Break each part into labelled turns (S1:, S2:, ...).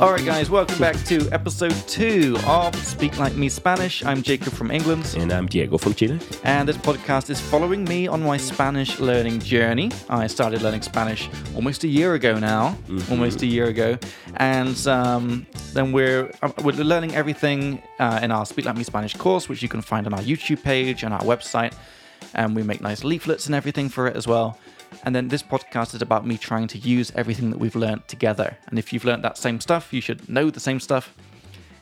S1: All right, guys, welcome back to episode two of Speak Like Me Spanish. I'm Jacob from England,
S2: And I'm Diego from Chile.
S1: and this podcast is following me on my Spanish learning journey. I started learning Spanish almost a year ago now, almost a year ago, and um, then we're um, we're learning everything uh, in our Speak Like Me Spanish course, which you can find on our YouTube page and our website, and we make nice leaflets and everything for it as well. And then this podcast is about me trying to use everything that we've learnt together. And if you've learnt that same stuff, you should know the same stuff.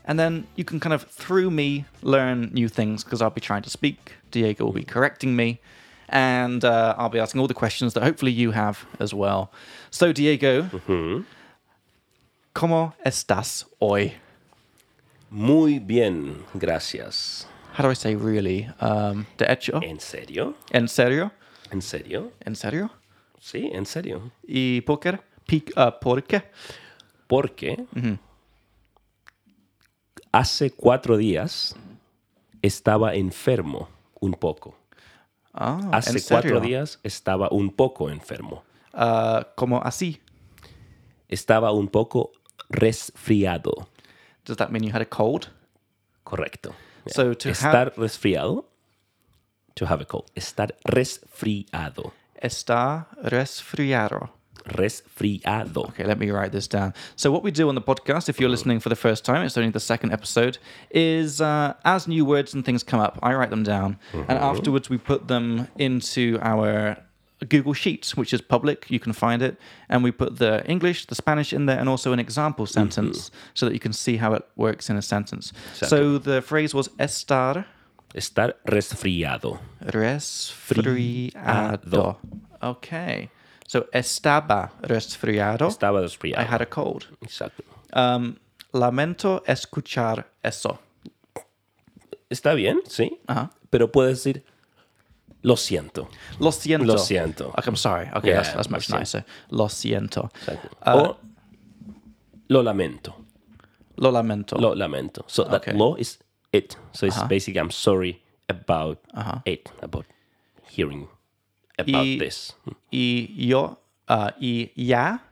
S1: And then you can kind of, through me, learn new things because I'll be trying to speak. Diego will be correcting me. And uh, I'll be asking all the questions that hopefully you have as well. So, Diego, ¿cómo estás hoy?
S2: Muy bien, gracias.
S1: How do I say really? Um, de hecho,
S2: ¿En serio?
S1: en serio,
S2: ¿En serio?
S1: en serio.
S2: Sí, en serio.
S1: Y poker, pic, uh, ¿por qué?
S2: Porque hace cuatro días estaba enfermo un poco.
S1: Ah, en
S2: Hace
S1: serio.
S2: cuatro días estaba un poco enfermo.
S1: Ah, como así.
S2: Estaba un poco resfriado.
S1: Does that mean you had a cold?
S2: Correcto.
S1: So to have-
S2: Estar resfriado. To have a cold. Estar resfriado.
S1: Está resfriado.
S2: Resfriado.
S1: Okay, let me write this down. So, what we do on the podcast, if you're listening for the first time, it's only the second episode, is uh, as new words and things come up, I write them down. And afterwards, we put them into our Google Sheets, which is public. You can find it. And we put the English, the Spanish in there, and also an example sentence so that you can see how it works in a sentence. So, the phrase was estar
S2: Estar resfriado.
S1: resfriado. Okay. So, estaba resfriado.
S2: Estaba resfriado.
S1: I had a cold.
S2: Exacto.
S1: Um, lamento escuchar eso.
S2: Está bien, sí. Pero puedes decir, lo siento.
S1: Lo siento.
S2: Lo siento.
S1: Okay, I'm sorry. Okay,
S2: Yeah,
S1: that's, that's much
S2: lo siento.
S1: nicer. Lo siento.
S2: o lo lamento.
S1: Lo lamento.
S2: Lo lamento. So that
S1: Okay.
S2: lo is it. So it's basically I'm sorry about it, about hearing about
S1: Y-
S2: this.
S1: y yo uh, y ya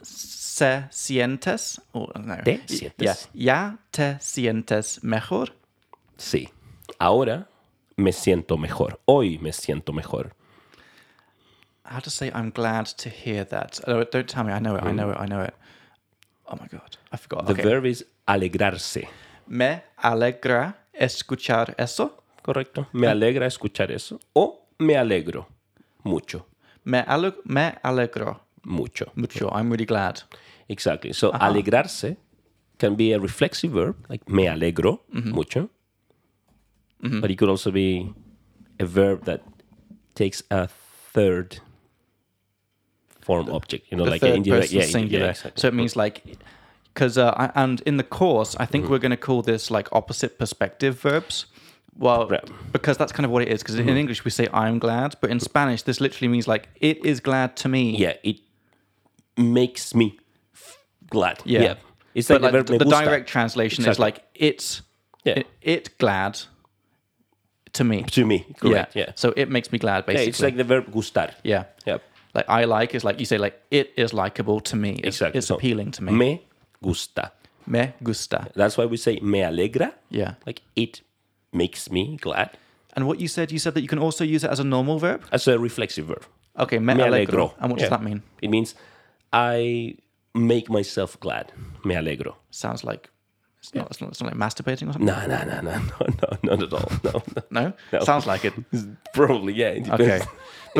S1: se sientes. Oh, no.
S2: Te
S1: Y-
S2: sientes.
S1: Ya, ya te sientes mejor.
S2: Sí. Ahora me siento mejor. Hoy me siento mejor.
S1: I have to say, I'm glad to hear that. Oh, don't tell me. I know it. I know it. I know it. Oh my god, I forgot.
S2: Mm-hmm. The
S1: Okay.
S2: verb is alegrarse.
S1: Me alegra escuchar eso.
S2: Correcto. Me alegra escuchar eso. O me alegro. Mucho.
S1: Me, ale- me alegro
S2: Mucho.
S1: mucho. I'm really glad.
S2: Exactly. So alegrarse can be a reflexive verb, like me alegro mucho. But it could also be a verb that takes a third form object. You know,
S1: the
S2: like
S1: third
S2: in the-
S1: person
S2: yeah, yeah,
S1: singular.
S2: exactly.
S1: So it means like, because uh, I- and in the course, I
S2: Mm-hmm.
S1: think we're going to call this like opposite perspective verbs. Well,
S2: Right. Mm-hmm.
S1: because that's kind of what it is. Because in English we say "I'm glad," but in Spanish this literally means like "it is glad to me."
S2: yeah, it makes me f- glad.
S1: Yeah.
S2: Yeah. It's
S1: but like
S2: like, the verb
S1: the,
S2: me
S1: the
S2: gusta.
S1: direct translation is
S2: Exactly.
S1: like "it's
S2: Yeah.
S1: it, it glad to me."
S2: to me. Correct. Yeah.
S1: So it makes me glad,
S2: Yeah,
S1: basically.
S2: it's like the verb gustar.
S1: yeah.
S2: Yeah.
S1: Like I like is like you say like it is likable to me. It's,
S2: Exactly.
S1: It's
S2: So,
S1: appealing to me.
S2: Me gusta.
S1: Me gusta.
S2: That's why we say me alegra.
S1: Yeah.
S2: Like it makes me glad.
S1: And what you said, you said that you can also use it as a normal verb.
S2: as a reflexive verb.
S1: Okay, me,
S2: Me
S1: alegro.
S2: alegro.
S1: And what does
S2: Yeah.
S1: that mean?
S2: It means I make myself glad. Me alegro.
S1: Sounds like it's not. It's not, it's not like masturbating or something.
S2: No, no, no, no, no, no, not at all. No, no.
S1: No,
S2: No.
S1: sounds like it.
S2: Probably, yeah. It depends.
S1: Okay,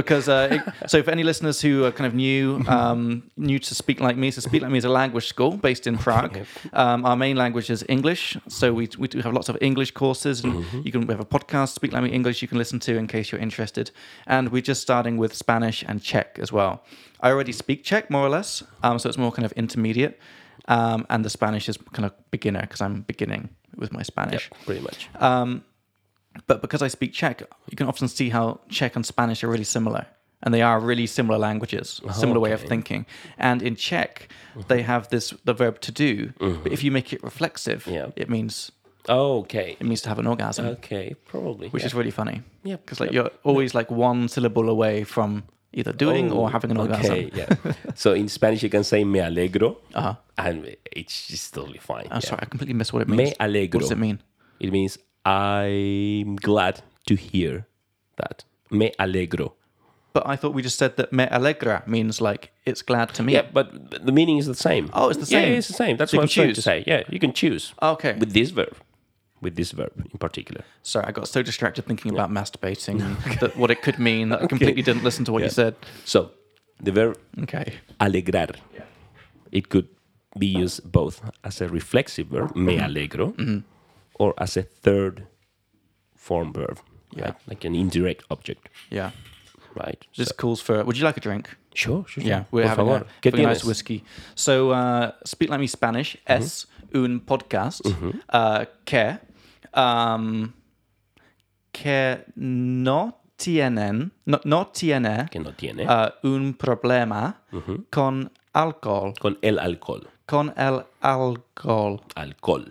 S1: because uh, it- so for any listeners who are kind of new, um, new to Speak Like Me, so Speak Like Me is a language school based in Prague. Um, our main language is English, so we we do have lots of English courses, and you can we have a podcast, Speak Like Me English, you can listen to in case you're interested. And we're just starting with Spanish and Czech as well. I already speak Czech more or less, um, so it's more kind of intermediate, um, and the Spanish is kind of beginner because I'm beginning with my Spanish
S2: Pretty much.
S1: Um, but because I speak Czech, you can often see how Czech and Spanish are really similar. And they are really similar languages,
S2: Oh,
S1: similar way of thinking. And in Czech,
S2: Mm-hmm.
S1: they have this the verb to do. But if you make it reflexive,
S2: Yeah.
S1: it means
S2: okay.
S1: it means to have an orgasm,
S2: Okay, probably.
S1: which
S2: yeah.
S1: is really funny.
S2: Yeah,
S1: because like you're always like one syllable away from either doing
S2: Oh,
S1: or having an orgasm.
S2: Okay, yeah. so in Spanish, you can say me alegro,
S1: Uh-huh.
S2: and it's just totally fine.
S1: I'm
S2: yeah.
S1: sorry, I completely missed what it means.
S2: Me alegro.
S1: What does it mean?
S2: It means I'm glad to hear that. Me alegro.
S1: But I thought we just said that me alegra means like it's glad to me.
S2: Yeah, but the meaning is the same.
S1: Oh, it's the
S2: Yeah,
S1: same.
S2: Yeah, it's the same. That's
S1: So you
S2: what I'm
S1: can
S2: trying to
S1: choose.
S2: say. Yeah, you can choose.
S1: Okay.
S2: With this verb. With this verb in particular.
S1: Sorry, I got so distracted thinking about masturbating and that what it could mean that I completely didn't listen to what you said.
S2: So, the verb
S1: Okay.
S2: alegrar. It could be used both as a reflexive verb, me
S1: Mm-hmm.
S2: alegro, or as a third form verb,
S1: Yeah.
S2: right? like an indirect object,
S1: Yeah.
S2: right?
S1: This calls for. Would you like a drink?
S2: Sure, sure.
S1: Yeah,
S2: sure.
S1: we're
S2: Por
S1: having,
S2: favor.
S1: a,
S2: ¿Qué
S1: having a nice
S2: tienes?
S1: whiskey. So, uh, Speak Like Me Spanish es un podcast uh, que, um, que no tienen, no, no tiene
S2: Que no tiene.
S1: uh, un problema con alcohol,
S2: Con el alcohol.
S1: con el alcohol,
S2: Alcohol.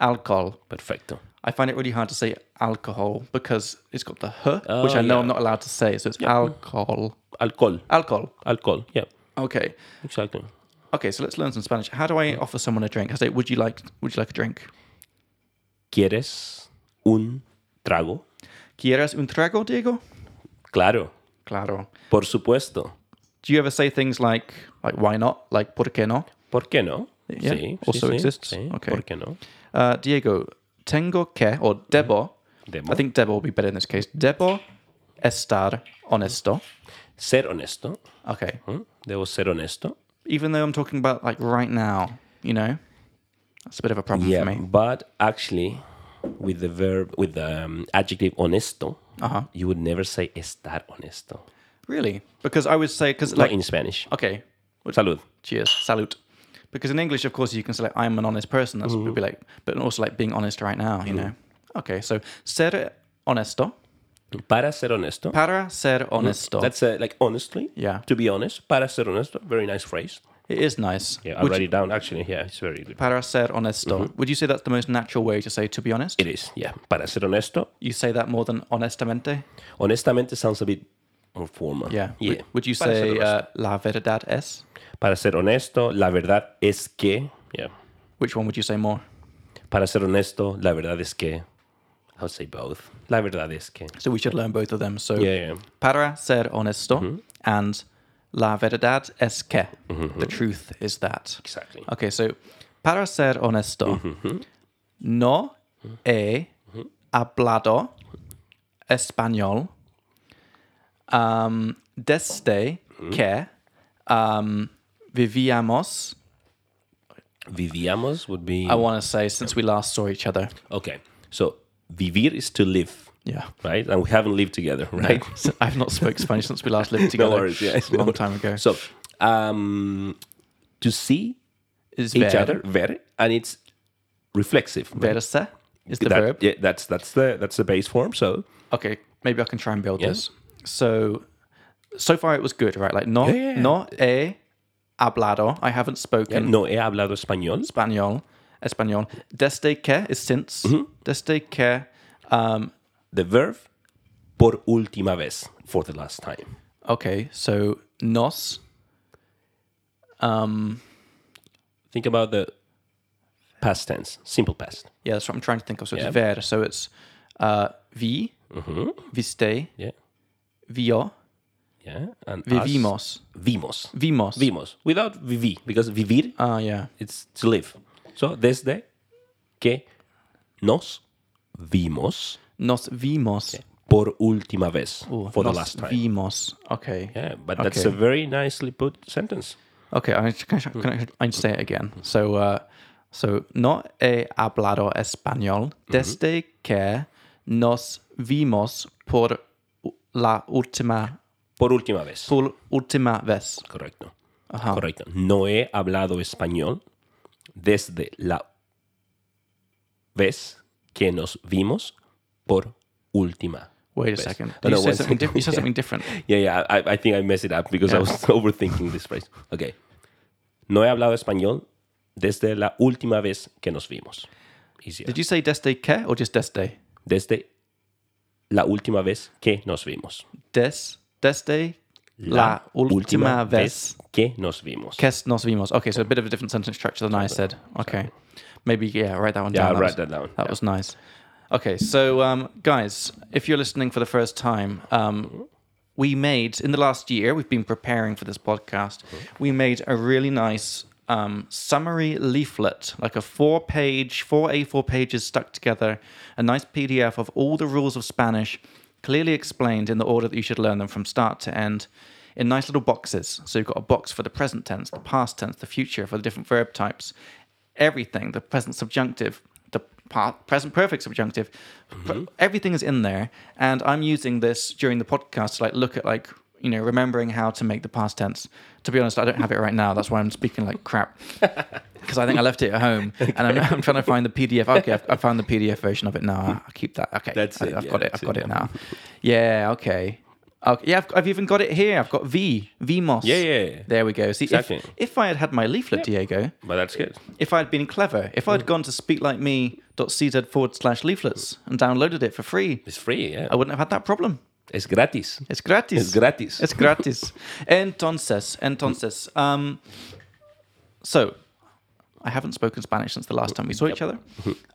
S1: alcohol.
S2: Perfecto.
S1: I find it really hard to say alcohol because it's got the h, which I know
S2: Oh, yeah.
S1: I'm not allowed to say, so it's alcohol,
S2: Alcohol.
S1: alcohol.
S2: Alcohol. Yeah,
S1: Okay.
S2: exactly.
S1: Okay, so let's learn some Spanish. How do
S2: Mm.
S1: I offer someone a drink? I say, "Would you like? Would you like a drink?
S2: ¿Quieres un trago?
S1: ¿Quieres un trago, Diego?"
S2: Claro.
S1: Claro.
S2: Por supuesto.
S1: Do you ever say things like, like "Why not?" Like "Por qué no?"
S2: ¿Por qué no?
S1: Yeah, also exists.
S2: sí.
S1: Okay.
S2: ¿Por qué no?
S1: Uh, Diego, tengo que or
S2: Mm.
S1: debo.
S2: Debo.
S1: I think debo will be better in this case. Debo estar honesto.
S2: Ser honesto.
S1: Okay.
S2: ¿Mm? Debo ser honesto.
S1: Even though I'm talking about like right now, you know, that's a bit of a problem
S2: Yeah,
S1: for me.
S2: but actually, with the verb, with the um, adjective honesto,
S1: Uh-huh.
S2: you would never say estar honesto.
S1: Really? Because I would say because
S2: Like
S1: like
S2: in Spanish.
S1: okay,
S2: Salud.
S1: cheers, salute. Because in English, of course, you can say like, I'm an honest person. That's
S2: Mm-hmm.
S1: would be like, but also like being honest right now, you know. Okay, so ser honesto
S2: Para ser honesto.
S1: para ser honesto.
S2: That's uh, like honestly.
S1: Yeah.
S2: To be honest, para ser honesto, very nice phrase.
S1: it is nice.
S2: Yeah, I
S1: Would
S2: write
S1: you-
S2: it down actually. Yeah, it's very good.
S1: para ser honesto. Would you say that's the most natural way to say to be honest?
S2: It is. Yeah, para ser honesto.
S1: you say that more than honestamente.
S2: Honestamente sounds a bit more formal.
S1: Yeah.
S2: yeah.
S1: Would, would you
S2: Para ser
S1: say
S2: honesto.
S1: uh, la verdad es?
S2: para ser honesto, la verdad es que. Yeah.
S1: Which one would you say more?
S2: Para ser honesto, la verdad es que. I'll say both. La verdad es que.
S1: So we should learn both of them. So
S2: Yeah, yeah.
S1: para ser honesto
S2: Mm-hmm.
S1: and la verdad es que the truth is that.
S2: Exactly. Mm-hmm.
S1: Okay, so para ser honesto, no he hablado español um, desde
S2: Mm-hmm.
S1: que um, vivíamos.
S2: Vivíamos would be.
S1: I want to say since we last saw each other.
S2: Okay. So, vivir is to live,
S1: Yeah.
S2: right? And we haven't lived together, right?
S1: So I've not spoke Spanish since we last lived together.
S2: worries, yeah.
S1: It's a long time ago.
S2: So, um, to see
S1: Is
S2: each
S1: ver-
S2: other, ver, and it's reflexive. right?
S1: verse is the
S2: That-
S1: verb.
S2: Yeah, that's that's the that's the base form. So,
S1: Okay, maybe I can try and build this. So, so far it was good, right? Like no,
S2: Yeah, yeah,
S1: no he hablado. I haven't spoken
S2: no he hablado español.
S1: español. Español. Desde que is since.
S2: Mm-hmm.
S1: Desde que. Um,
S2: The verb por última vez, for the last time.
S1: okay, so nos. Um,
S2: Think about the past tense, simple past.
S1: yeah, that's what I'm trying to think of. So
S2: Yeah. Mm-hmm.
S1: it's ver. So it's uh, vi, viste,
S2: Yeah,
S1: vio,
S2: yeah. And us-
S1: vivimos,
S2: vimos,
S1: vimos.
S2: vimos. Without vivi, because vivir
S1: Ah, yeah.
S2: it's to live. So desde que nos vimos
S1: Nos vimos.
S2: por última vez
S1: Ooh,
S2: for the
S1: nos
S2: last time.
S1: Vimos. Okay.
S2: yeah, but that's
S1: Okay.
S2: a very nicely put sentence.
S1: Okay, I'm just gonna, can I, I say it again. So, uh, so no he hablado español desde que nos vimos por u- la última
S2: Por última vez.
S1: por última vez.
S2: Correcto.
S1: Ah.
S2: Correcto. No he hablado español desde la vez que nos vimos por última.
S1: Wait a
S2: vez.
S1: second.
S2: No,
S1: Did
S2: no,
S1: you, say something
S2: one second.
S1: diff- you said something different.
S2: Yeah, yeah. I, I think I messed it up because I
S1: Yeah.
S2: was overthinking this phrase. Okay. No he hablado español desde la última vez que nos vimos. Easier.
S1: Did you say desde que or just desde?
S2: Desde la última vez que nos vimos.
S1: Des desde La última vez
S2: que nos vimos.
S1: que nos vimos. Okay, so a bit of a different sentence structure than I said. Okay. Maybe, yeah, write that one
S2: Yeah,
S1: down.
S2: write
S1: was-
S2: that down.
S1: That was nice. Okay, so um, guys, if you're listening for the first time, um, we made, in the last year, we've been preparing for this podcast, we made a really nice um, summary leaflet, like a four page, four A4 pages stuck together, a nice PDF of all the rules of Spanish, clearly explained in the order that you should learn them from start to end. In nice little boxes. So you've got a box for the present tense, the past tense, the future, for the different verb types, everything the present subjunctive the pa- present perfect subjunctive
S2: Mm-hmm.
S1: pr- everything is in there and i'm using this during the podcast to like look at like you know remembering how to make the past tense to be honest i don't have it right now that's why i'm speaking like crap because i think i left it at home and I'm, I'm trying to find the pdf okay I've, i found the pdf version of it now i'll keep that okay
S2: That's
S1: I,
S2: it,
S1: i've
S2: yeah,
S1: got it
S2: that's
S1: i've got
S2: it.
S1: it, now yeah okay Okay, yeah, I've, I've even got it here. I've got V, V Moss.
S2: Yeah, yeah, yeah.
S1: There we go. See,
S2: Exactly.
S1: if, if I had had my leaflet, Diego,
S2: But that's good.
S1: if I'd been clever, if I'd gone to speaklikeme.cz forward slash leaflets and downloaded it for free,
S2: It's free, yeah.
S1: I wouldn't have had that problem.
S2: Es gratis.
S1: It's gratis.
S2: Es gratis.
S1: Es gratis. Entonces, entonces. Um, so, I haven't spoken Spanish since the last time we saw each other.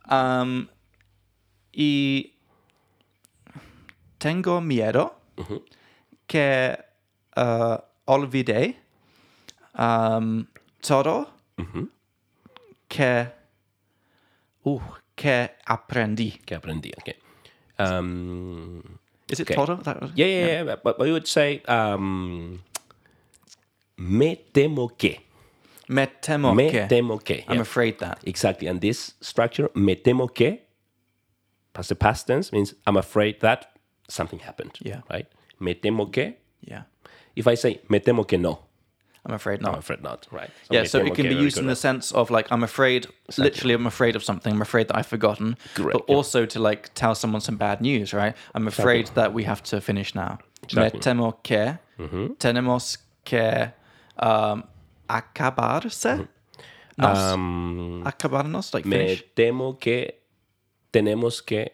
S1: Um, y tengo miedo
S2: Uh-huh.
S1: que uh, olvide um, todo
S2: Mm-hmm.
S1: que, uh, que aprendí.
S2: que aprendí. Okay. Um,
S1: Is it
S2: Okay.
S1: todo? That-
S2: yeah, yeah, yeah. But, but we would say um, me temo que.
S1: Me temo
S2: Me
S1: que.
S2: temo que.
S1: I'm
S2: yeah.
S1: afraid that.
S2: Exactly. And this structure, me temo que, past the past tense means I'm afraid that something happened.
S1: Yeah.
S2: Right? Me temo que.
S1: Yeah.
S2: If I say me temo que no,
S1: I'm afraid
S2: I'm
S1: not.
S2: afraid not, right?
S1: yeah,
S2: me
S1: so
S2: temo
S1: it can
S2: que
S1: be
S2: very
S1: used in
S2: good.
S1: the sense of like I'm afraid, literally I'm afraid of something. I'm afraid that I've forgotten.
S2: Correct,
S1: But
S2: yeah.
S1: also to like tell someone some bad news, right? I'm afraid that we have to finish now.
S2: Exactly. Mm-hmm.
S1: Me temo que tenemos que um, acabarse. Nos,
S2: Mm-hmm. Um,
S1: acabarnos, like
S2: me
S1: finish.
S2: temo que tenemos que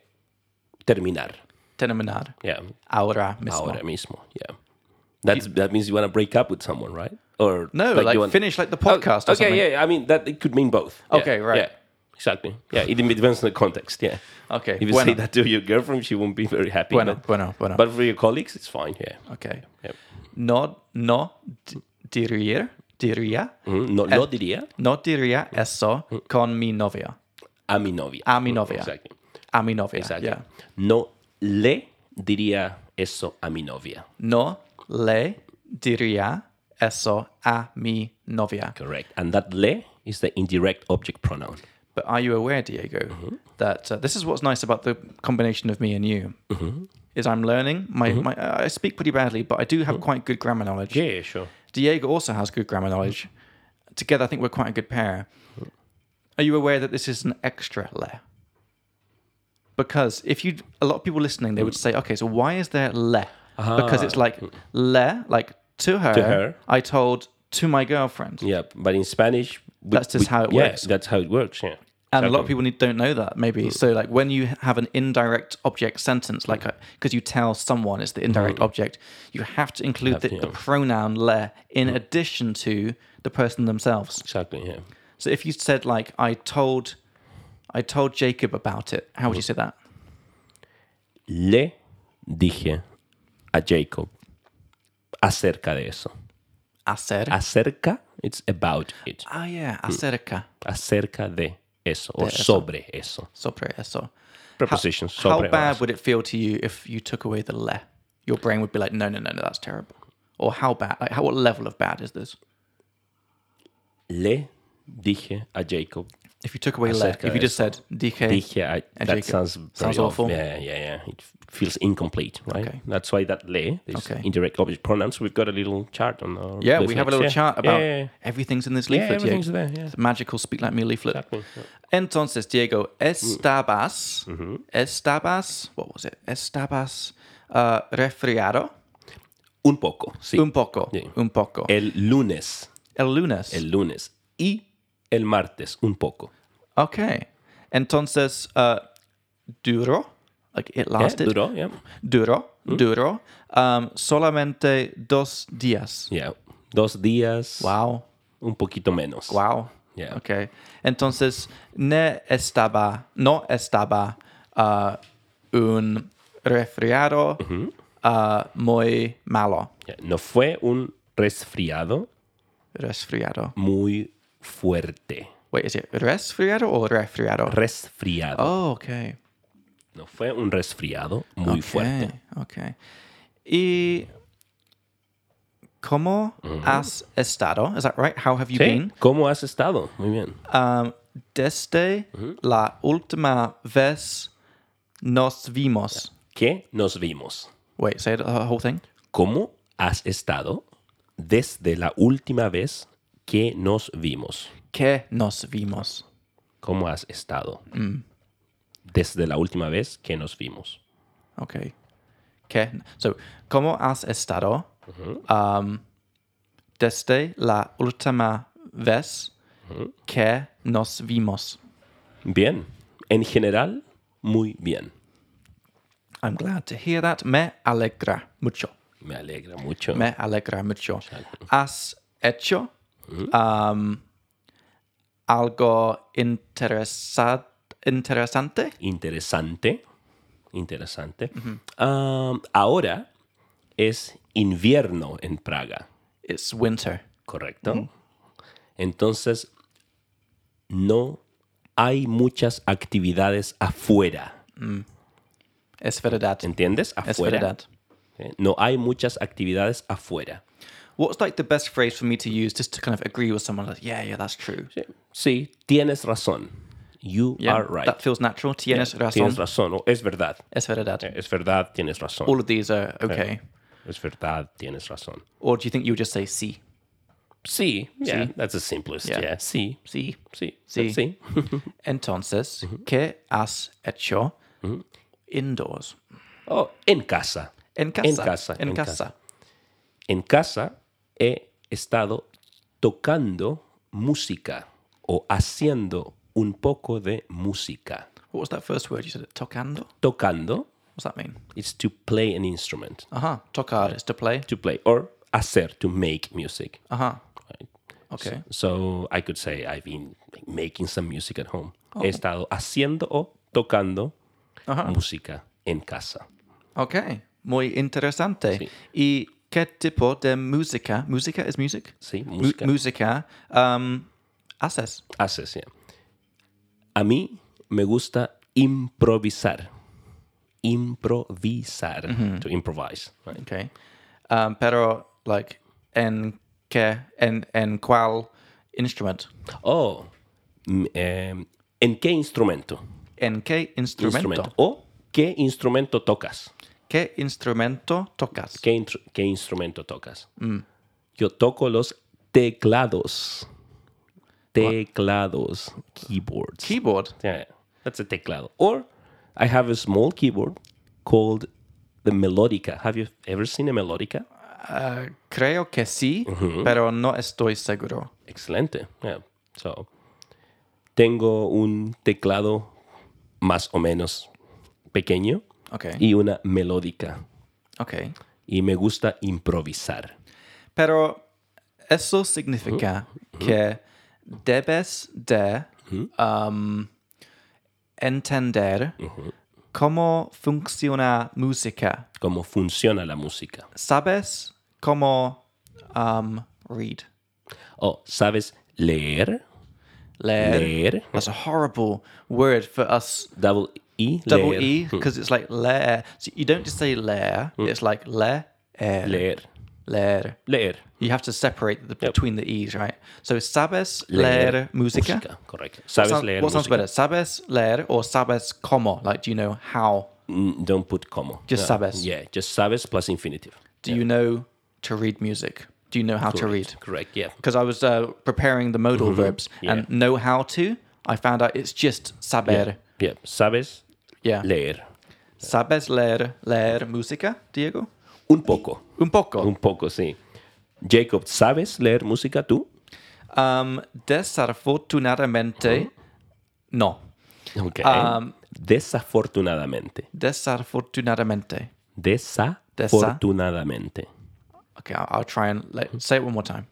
S2: terminar.
S1: Terminar.
S2: Yeah.
S1: Ahora mismo.
S2: Ahora mismo. Yeah. That's, that means you want to break up with someone, right? Or
S1: No, like,
S2: you wanna-
S1: finish like the podcast
S2: Oh,
S1: or
S2: okay,
S1: something.
S2: yeah. I mean that it could mean both. Yeah,
S1: Okay, right.
S2: Yeah, exactly. Yeah, it depends on the context. Yeah.
S1: Okay,
S2: If you
S1: bueno.
S2: say that to your girlfriend, she won't be very happy.
S1: Bueno,
S2: but,
S1: bueno, bueno.
S2: but for your colleagues, it's fine. Yeah.
S1: okay.
S2: yeah.
S1: No, no d- diría, diría,
S2: Mhm. No,
S1: Eh.
S2: lo diría
S1: no diría eso con mi novia.
S2: a mi novia.
S1: A mi novia.
S2: Exactly.
S1: A mi novia.
S2: Exactly.
S1: Yeah.
S2: No le diría eso a mi novia.
S1: No le diría eso a mi novia.
S2: Correct. And that le is the indirect object pronoun.
S1: But are you aware, Diego,
S2: Mm-hmm.
S1: that uh, this is what's nice about the combination of me and you?
S2: Mm-hmm.
S1: Is I'm learning. My, my uh, I speak pretty badly, but I do have quite good grammar knowledge.
S2: Mm-hmm. Yeah, sure.
S1: Diego also has good grammar knowledge. Together, I think we're quite a good pair. Are you aware that this is an extra le? Because if you, a lot of people listening, they would say, okay, so why is there le? Because it's like le, like to her,
S2: Ah. her.
S1: I told to my girlfriend.
S2: Yeah, but in Spanish, we-
S1: That's just
S2: we-
S1: how it
S2: yeah,
S1: works.
S2: That's how it works. Yeah.
S1: And a lot of people need, don't know that, maybe.
S2: Mm.
S1: So, like, when you have an indirect object sentence, like, because you tell someone it's the indirect object, you have to include the,
S2: Mm. to,
S1: the
S2: yeah. Mm.
S1: pronoun le in addition to the person themselves.
S2: Exactly. Yeah.
S1: So, if you said, like, I told, I told Jacob about it, how would you say that?
S2: Le dije a Jacob acerca de eso.
S1: Acer.
S2: Acerca, Hmm. it's about it.
S1: Ah, yeah, acerca.
S2: Acerca de eso or
S1: eso.
S2: sobre eso.
S1: Sobre eso.
S2: Preposition
S1: How
S2: sobre. o
S1: bad
S2: eso.
S1: would it feel to you if you took away the le? Your brain would be like, no, no, no, no, that's terrible. Or how bad? Like, how, what level of bad is this?
S2: Le dije a Jacob.
S1: If you took away le,
S2: Acerca
S1: if you
S2: de
S1: just said dije,
S2: Dije a, that
S1: Jacob.
S2: sounds very
S1: Sounds
S2: off.
S1: awful.
S2: Yeah, yeah, yeah. It feels incomplete, right?
S1: Okay.
S2: That's why that le is
S1: Okay.
S2: indirect object pronouns. We've got a little chart on our.
S1: yeah, we have a
S2: leaflets,
S1: little
S2: yeah.
S1: chart about
S2: Yeah, yeah,
S1: everything's in this
S2: yeah.
S1: leaflet.
S2: yeah everything's there. Yeah.
S1: It's a magical speak like me leaflet.
S2: Exactly. yeah. Mm-hmm.
S1: Entonces, Diego, estabas, estabas, what was it? Estabas uh, resfriado
S2: Un poco. Sí.
S1: un poco,
S2: Yeah.
S1: un poco. El,
S2: El lunes.
S1: lunes.
S2: el lunes y el martes un poco.
S1: okay. Entonces, uh, duro, Like it
S2: Yeah, Mm.
S1: lasted.
S2: duró, yeah.
S1: Duró. Duró. Um, solamente dos días.
S2: Yeah. Dos días,
S1: Wow.
S2: un poquito menos.
S1: Wow.
S2: Yeah.
S1: Okay. Entonces, no estaba, no estaba ah, un resfriado ah, muy malo.
S2: Yeah. No fue un resfriado
S1: Resfriado.
S2: muy fuerte.
S1: Wait, is it resfriado o resfriado?
S2: Resfriado.
S1: oh, okay.
S2: No fue un resfriado muy fuerte.
S1: Okay. ¿Y cómo has estado? Is that right? How have you
S2: Sí.
S1: been?
S2: ¿Cómo has estado? Muy bien.
S1: Um, desde la última vez nos vimos.
S2: ¿Qué nos vimos?
S1: Wait, say the whole thing.
S2: ¿Cómo has estado desde la última vez que nos vimos?
S1: Que nos vimos.
S2: ¿Cómo has estado
S1: Mm.
S2: desde la última vez que nos vimos?
S1: Okay. Que, so, ¿cómo has estado? Um, desde la última vez que nos vimos.
S2: Bien. En general, muy bien.
S1: I'm glad to hear that. Me alegra mucho.
S2: Me alegra mucho.
S1: Me alegra mucho. ¿Has hecho um, algo interesa- interesante?
S2: Interesante. Interesante. Ah, ahora es invierno en Praga.
S1: It's winter.
S2: Correcto. Entonces, no hay muchas actividades afuera.
S1: Es verdad.
S2: ¿Entiendes?
S1: Es
S2: Afuera.
S1: verdad.
S2: ¿eh? No hay muchas actividades afuera.
S1: What's like the best phrase for me to use just to kind of agree with someone? Like, yeah, yeah, that's true.
S2: Sí, sí, tienes razón. You
S1: Yeah,
S2: are right.
S1: That feels natural. Tienes
S2: Tienes
S1: razón.
S2: razón. o es verdad.
S1: Es verdad.
S2: Es verdad, tienes razón.
S1: All of these are okay.
S2: Es verdad, tienes razón.
S1: Or do you think you would just say sí?
S2: Sí, yeah, that's the simplest.
S1: Yeah.
S2: Yeah, sí,
S1: Sí.
S2: sí,
S1: Sí.
S2: sí. sí.
S1: Entonces, ¿qué has hecho indoors?
S2: Oh, en casa.
S1: En casa.
S2: casa,
S1: En
S2: en
S1: casa.
S2: En casa he estado tocando música o haciendo un poco de música.
S1: What was that first word you said? Tocando?
S2: Tocando
S1: What's that mean?
S2: is to play an instrument.
S1: Aha. Tocar is to play.
S2: To play or hacer, to make music.
S1: Aha.
S2: right?
S1: Okay.
S2: So I could say I've been making some music at home. He estado haciendo o tocando música en casa.
S1: Okay. Muy interesante. ¿Y qué tipo de música? Música is music?
S2: Sí,
S1: Mu-
S2: música.
S1: música um, haces.
S2: haces. ya. A mí me gusta improvisar. Improvisar. To improvise. right?
S1: Okay. Um, pero, like, en qué, en, en cuál instrument?
S2: Oh, mm, eh, ¿en qué instrumento?
S1: En qué instrumento?
S2: O qué instrumento tocas.
S1: ¿Qué instrumento tocas?
S2: ¿Qué, intr- qué instrumento tocas? Yo toco los teclados. Teclados. Keyboards.
S1: Keyboard.
S2: Yeah, that's a teclado. Or I have a small keyboard called the melodica. Have you ever seen a melodica?
S1: Uh, creo que sí, pero no estoy seguro.
S2: Excelente. Yeah. So, tengo un teclado más o menos pequeño
S1: Ok.
S2: y una melódica.
S1: Ok.
S2: Y me gusta improvisar.
S1: Pero eso significa que debes de um, entender cómo funciona música.
S2: Cómo funciona la música.
S1: ¿Sabes cómo um, read?
S2: Oh, ¿sabes leer?
S1: Leer.
S2: Leer.
S1: That's a horrible word for us
S2: Double I.
S1: double
S2: leer.
S1: E because it's like leer. So you don't just say leer,
S2: Hmm.
S1: it's like leer.
S2: Leer.
S1: Leer.
S2: Leer.
S1: You have to separate the, between the E's, right? So sabes leer,
S2: Leer
S1: música.
S2: Música, correcto. ¿Sabes
S1: Sound-
S2: leer
S1: what sounds
S2: música?
S1: better, sabes leer or sabes cómo? Like, do you know how?
S2: Mm, Don't put como.
S1: Just sabes.
S2: Yeah, just sabes plus infinitive.
S1: Do you know to read music? Do you know how to read?
S2: Correct, yeah.
S1: Because I was uh, preparing the modal
S2: Mm-hmm.
S1: verbs and know how to. I found out it's just saber.
S2: Yeah, sabes
S1: Yeah.
S2: leer.
S1: Sabes leer, leer música, Diego?
S2: Un poco.
S1: Un poco.
S2: Un poco, sí. Jacob, ¿sabes leer música tú?
S1: Um, desafortunadamente, no.
S2: Ok.
S1: Um,
S2: Desafortunadamente.
S1: Desafortunadamente.
S2: Desafortunadamente.
S1: Okay, I'll, I'll try and let, say it one more time.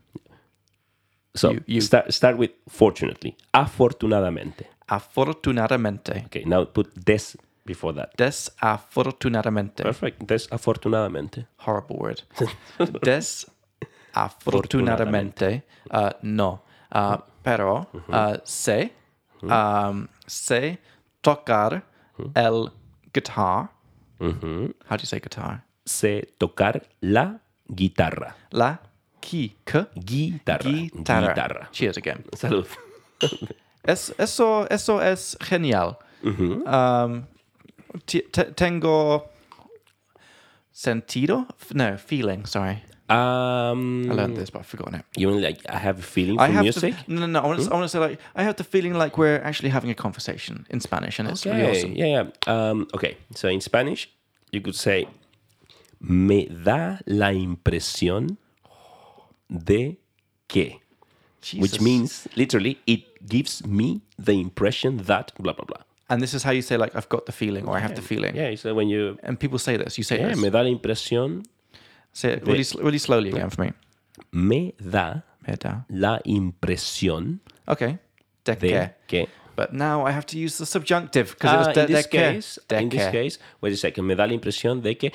S2: So
S1: You- you-
S2: start start with fortunately. Afortunadamente.
S1: Afortunadamente.
S2: Okay, now put des before that.
S1: Desafortunadamente.
S2: Perfect. Desafortunadamente.
S1: Horrible word. Desafortunadamente. Uh, no. Uh, pero uh, sé, um, sé tocar el guitar. How do you say guitar?
S2: Sé tocar la guitarra.
S1: La qui, que,
S2: Guitarra.
S1: guitarra.
S2: Guitarra.
S1: Cheers again.
S2: Salud.
S1: Es, eso, eso es genial. Um, ti- te- tengo sentido? F- No, feeling, sorry.
S2: Um,
S1: I learned this, but I've forgotten it.
S2: you mean like I have a feeling
S1: I
S2: for
S1: have
S2: music?
S1: To, no, no, no. I want, to, I want to say like I have the feeling like we're actually having a conversation in Spanish, and it's really
S2: Okay,
S1: awesome.
S2: Yeah, yeah. Um, okay, so in Spanish, you could say, me da la impresión de que,
S1: Jesus.
S2: which means literally, it gives me the impression that blah, blah, blah.
S1: and this is how you say like I've got the feeling or I have the feeling.
S2: Yeah, so when you,
S1: And people say this. You say
S2: yeah,
S1: this.
S2: me da la impresión,
S1: Say it really, sl- really slowly again for me.
S2: me da
S1: Head down.
S2: la impresión
S1: Okay. De
S2: de
S1: que.
S2: que.
S1: But now I have to use the subjunctive because
S2: Ah,
S1: it was de,
S2: in this
S1: de que.
S2: case,
S1: De
S2: in this
S1: que.
S2: case, wait a second, me da la impresión de que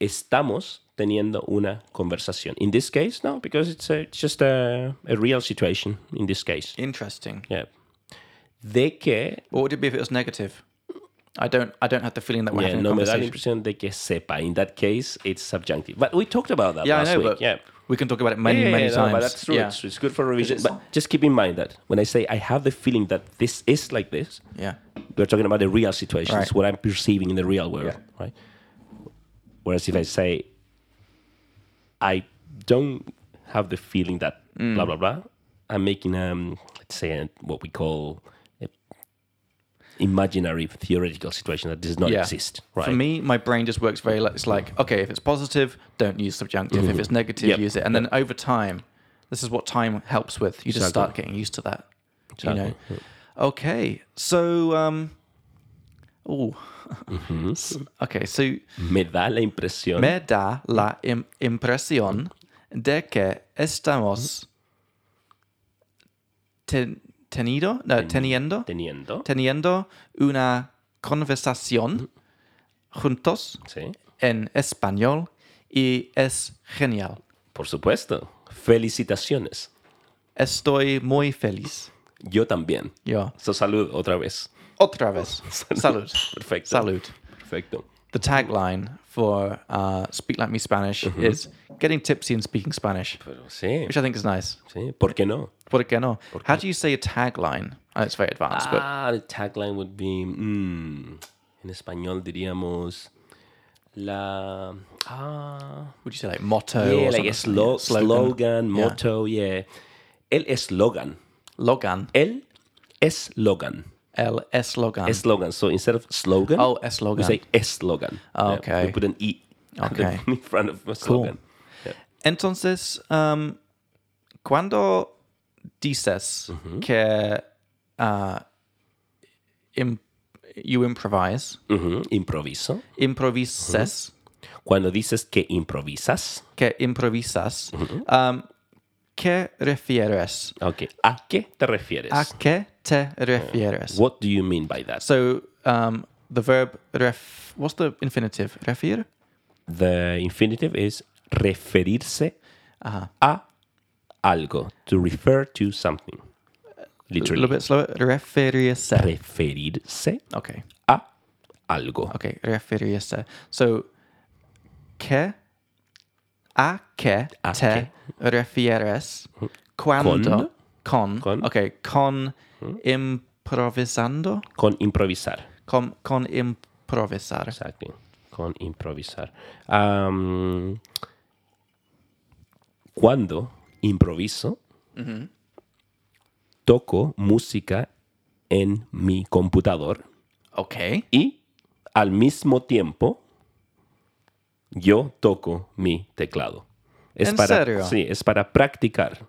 S2: estamos teniendo una conversación. In this case, no, because it's, a, it's just a, a real situation in this case.
S1: Interesting.
S2: Yeah. De que,
S1: What would it be if it was negative? I don't. I don't have the feeling that we're
S2: yeah,
S1: having a
S2: no me da la
S1: conversation.
S2: impresión de que sepa. In that case, it's subjunctive. But we talked about that
S1: yeah, I
S2: last
S1: know,
S2: week.
S1: but
S2: yeah.
S1: we can talk about it many,
S2: yeah, yeah,
S1: many
S2: yeah,
S1: times.
S2: No, but that's true.
S1: Yeah.
S2: It's, it's good for revision.
S1: it's-
S2: But just keep in mind that when I say I have the feeling that this is like this,
S1: yeah.
S2: we're talking about the real situation. It's
S1: Right.
S2: what I'm perceiving in the real world, right? Whereas if I say, I don't have the feeling that
S1: Mm.
S2: blah blah blah, I'm making um, let's say a, what we call a imaginary theoretical situation that does not
S1: yeah.
S2: exist, right?
S1: For me, my brain just works very. Like, it's like okay, if it's positive, don't use subjunctive. If it's negative,
S2: Mm-hmm. Yep.
S1: use it. And then over time, this is what time helps with. You just start getting used to that. You know.
S2: Exactly.
S1: Okay. So. um Oh. okay. So
S2: Mm-hmm. me da la impresión
S1: me da la im- impresión de que estamos
S2: Mm-hmm.
S1: ten- tenido, no, teniendo,
S2: teniendo,
S1: teniendo una conversación
S2: Mm-hmm.
S1: juntos
S2: sí,
S1: en español y es genial.
S2: por supuesto. Felicitaciones.
S1: Estoy muy feliz.
S2: Yo también.
S1: Yo.
S2: So salud otra vez.
S1: Otra vez. Salud.
S2: Perfecto.
S1: Salud.
S2: Perfecto.
S1: The tagline for uh, Speak Like Me Spanish is getting tipsy and speaking Spanish,
S2: Pero sí,
S1: which I think is nice.
S2: sí. ¿Por qué no?
S1: Por qué no? How do you say a tagline? Oh, it's very advanced, but
S2: Ah, the tagline would be, mm, en español diríamos, la, ah,
S1: would you say like motto
S2: yeah,
S1: or
S2: like
S1: something?
S2: a slo-
S1: Slogan.
S2: slogan, motto, yeah. El eslogan,
S1: Logan.
S2: el eslogan,
S1: El eslogan.
S2: eslogan. So instead of slogan,
S1: Ah. oh,
S2: we
S1: eslogan.
S2: say eslogan.
S1: Okay.
S2: we put an e
S1: Okay.
S2: in front of a slogan.
S1: Entonces, um, cuando dices que uh, im- you improvise,
S2: Ujú, Improviso.
S1: improvises,
S2: Cuando dices que improvisas,
S1: que improvisas, um, ¿qué refieres?
S2: okay, ¿a qué te refieres?
S1: ¿A qué te refieres?
S2: uh, What do you mean by that?
S1: So um, the verb ref. What's the infinitive? Refir.
S2: The infinitive is referirse a algo. To refer to something.
S1: A
S2: Literally.
S1: little bit slower. Referirse.
S2: Referirse
S1: Okay.
S2: a algo.
S1: Okay. Referirse. So que a que
S2: A Hmm.
S1: te refieres cuando con,
S2: Con. Hmm.
S1: okay con improvisando
S2: Con improvisar.
S1: con con improvisar.
S2: Exactly. Con improvisar. Um, cuando improviso, toco música en mi computador.
S1: Okay.
S2: y al mismo tiempo yo toco mi teclado. Es
S1: ¿En
S2: para,
S1: serio?
S2: Sí, es para practicar.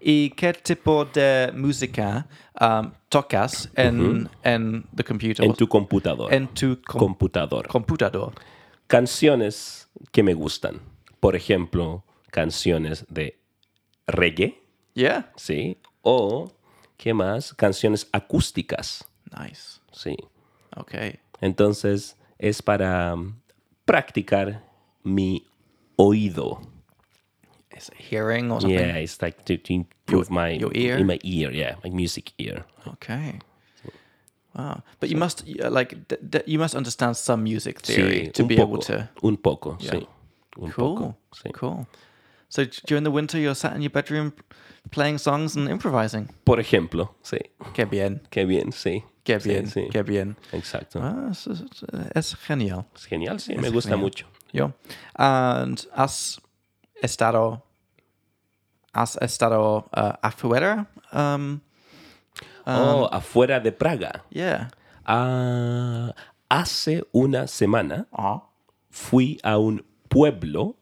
S1: ¿Y qué tipo de música um, tocas en, en the computer?
S2: Mm-hmm. en tu computador.
S1: En tu com-
S2: computador.
S1: computador.
S2: canciones que me gustan. Por ejemplo, canciones de reggae,
S1: Yeah.
S2: ¿sí? O, ¿qué más? Canciones acústicas,
S1: Nice.
S2: ¿sí?
S1: Okay.
S2: Entonces, es para mm, practicar mi oído.
S1: Is it hearing or something?
S2: Yeah, it's like to, to improve my
S1: your ear?
S2: in my ear, yeah, my music ear.
S1: Okay. Wow. But you must y- uh, like th- th- you must understand some music theory to
S2: un
S1: be
S2: poco,
S1: able to.
S2: un poco, sí, un
S1: Cool.
S2: poco, sí.
S1: Cool. So d- during the winter, you're sat in your bedroom playing songs and improvising.
S2: Por ejemplo, sí,
S1: Qué bien.
S2: qué bien, sí,
S1: Qué
S2: sí,
S1: bien.
S2: sí.
S1: Qué bien.
S2: exacto.
S1: Ah, es, es- es genial.
S2: Es genial, sí,
S1: Es
S2: me gusta
S1: genial.
S2: mucho.
S1: Yo. And has estado. Has estado uh, afuera? Um, Ah.
S2: oh, afuera de Praga.
S1: yeah.
S2: Ah, hace una semana
S1: Ah.
S2: fui a un pueblo,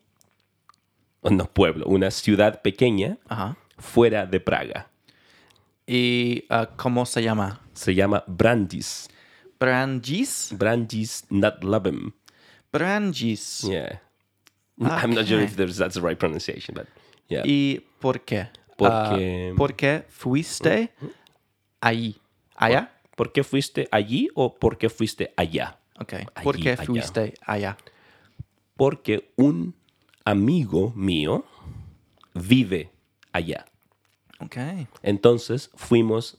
S2: oh, no pueblo, una ciudad pequeña
S1: Ajá.
S2: fuera de Praga.
S1: Uh-huh. ¿Y uh, cómo se llama?
S2: Se llama Brandis.
S1: Brandis?
S2: Brandis nad Labem.
S1: Brandis.
S2: Yeah. Mm, I'm not sure
S1: Okay.
S2: if there's, that's the right pronunciation, but yeah.
S1: ¿Y por qué?
S2: Porque-
S1: Ah, ¿Por qué fuiste ahí? ¿Allá?
S2: ¿Por qué fuiste allí o por qué fuiste allá?
S1: Ok. ¿Por
S2: Allí,
S1: qué
S2: allá.
S1: fuiste allá?
S2: Porque un amigo mío vive allá.
S1: Ok.
S2: Entonces fuimos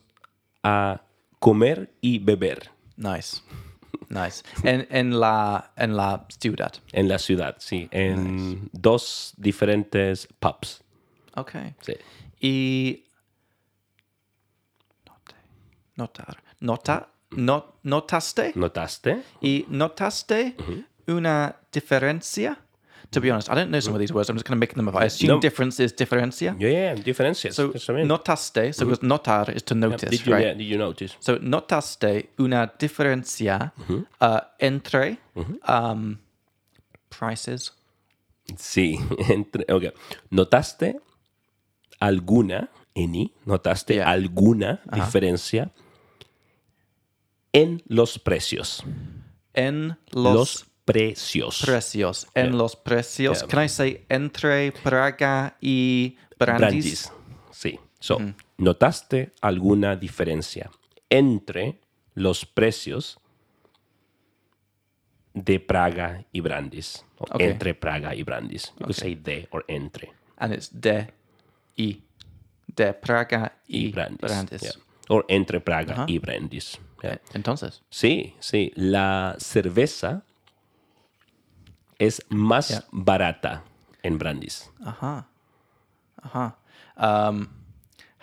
S2: a comer y beber
S1: Nice. Nice. En, en, la, en la ciudad.
S2: en la ciudad, sí, en dos diferentes pubs.
S1: Ok.
S2: Sí.
S1: Y... Notar. Nota, no, ¿Notaste?
S2: ¿Notaste?
S1: Y notaste una diferencia? To be honest, I don't know some of these words. I'm just going to make them up. I assume
S2: No.
S1: difference is diferencia.
S2: Yeah, diferencias.
S1: So
S2: eso mismo.
S1: notaste, so because notar is to notice,
S2: did, you,
S1: right?
S2: Mm-hmm. yeah, did you notice?
S1: So notaste una diferencia
S2: Mm-hmm.
S1: uh, entre um, prices.
S2: Sí. entre- ok. ¿Notaste alguna, Eni, notaste
S1: Yeah.
S2: alguna diferencia en los precios?
S1: En
S2: Los,
S1: los,
S2: precios.
S1: precios. En los precios.
S2: Yeah.
S1: Can I say entre Praga y Brandis?
S2: Brandis. Sí. So, ¿Notaste alguna diferencia entre los precios de Praga y Brandis? O
S1: Okay.
S2: Entre Praga y Brandis. You could say de or entre.
S1: And it's de y. De Praga y,
S2: Y Brandis.
S1: Brandis. Eh,
S2: Yeah. O entre Praga y Brandis. Yeah.
S1: Entonces.
S2: Sí, sí. La cerveza es más barata en Brandis.
S1: Um,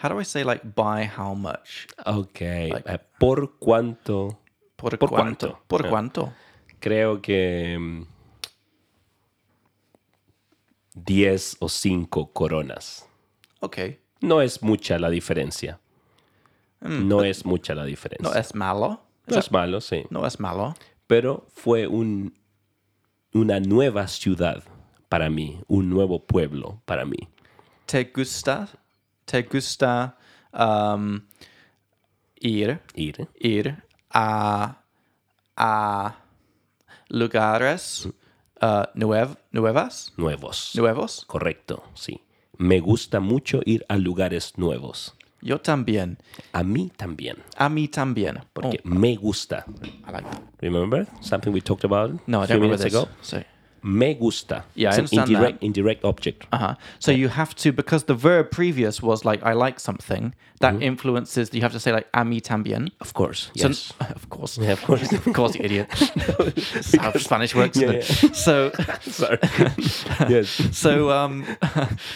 S1: how do I say like by how much?
S2: Ok. Eh, ¿Por cuánto?
S1: Por,
S2: cuánto?
S1: Por
S2: Yeah.
S1: cuánto?
S2: Creo que mm, 10 o 5 coronas.
S1: Ok.
S2: No es mucha la diferencia. Mm, no es mucha la diferencia.
S1: No
S2: No es,
S1: es malo.
S2: malo, sí.
S1: No es malo.
S2: Pero fue un, una nueva ciudad para mí, un nuevo pueblo para mí.
S1: Te gusta. Te gusta um, ir.
S2: Ir.
S1: Ir a. a lugares uh, nuev- nuevas.
S2: Nuevos.
S1: Nuevos.
S2: Correcto, sí. Me gusta mucho ir a lugares nuevos.
S1: Yo también.
S2: A mí también.
S1: A mí también.
S2: Porque me gusta.
S1: Oh, I like that.
S2: Remember something we talked about
S1: No, I
S2: a few
S1: don't remember
S2: minutes
S1: this.
S2: ago?
S1: So,
S2: me gusta.
S1: Yeah, I
S2: it's an
S1: understand that.
S2: indirect, indirect object.
S1: Uh-huh. So you have to because the verb previous was like I like something that
S2: Mm-hmm.
S1: influences you have to say like a mí también.
S2: Of course.
S1: So-
S2: Yes.
S1: of course.
S2: Yeah, of course.
S1: of course, you idiot. That's how Spanish works.
S2: Yeah,
S1: isn't it? So,
S2: Sorry. yes.
S1: so um,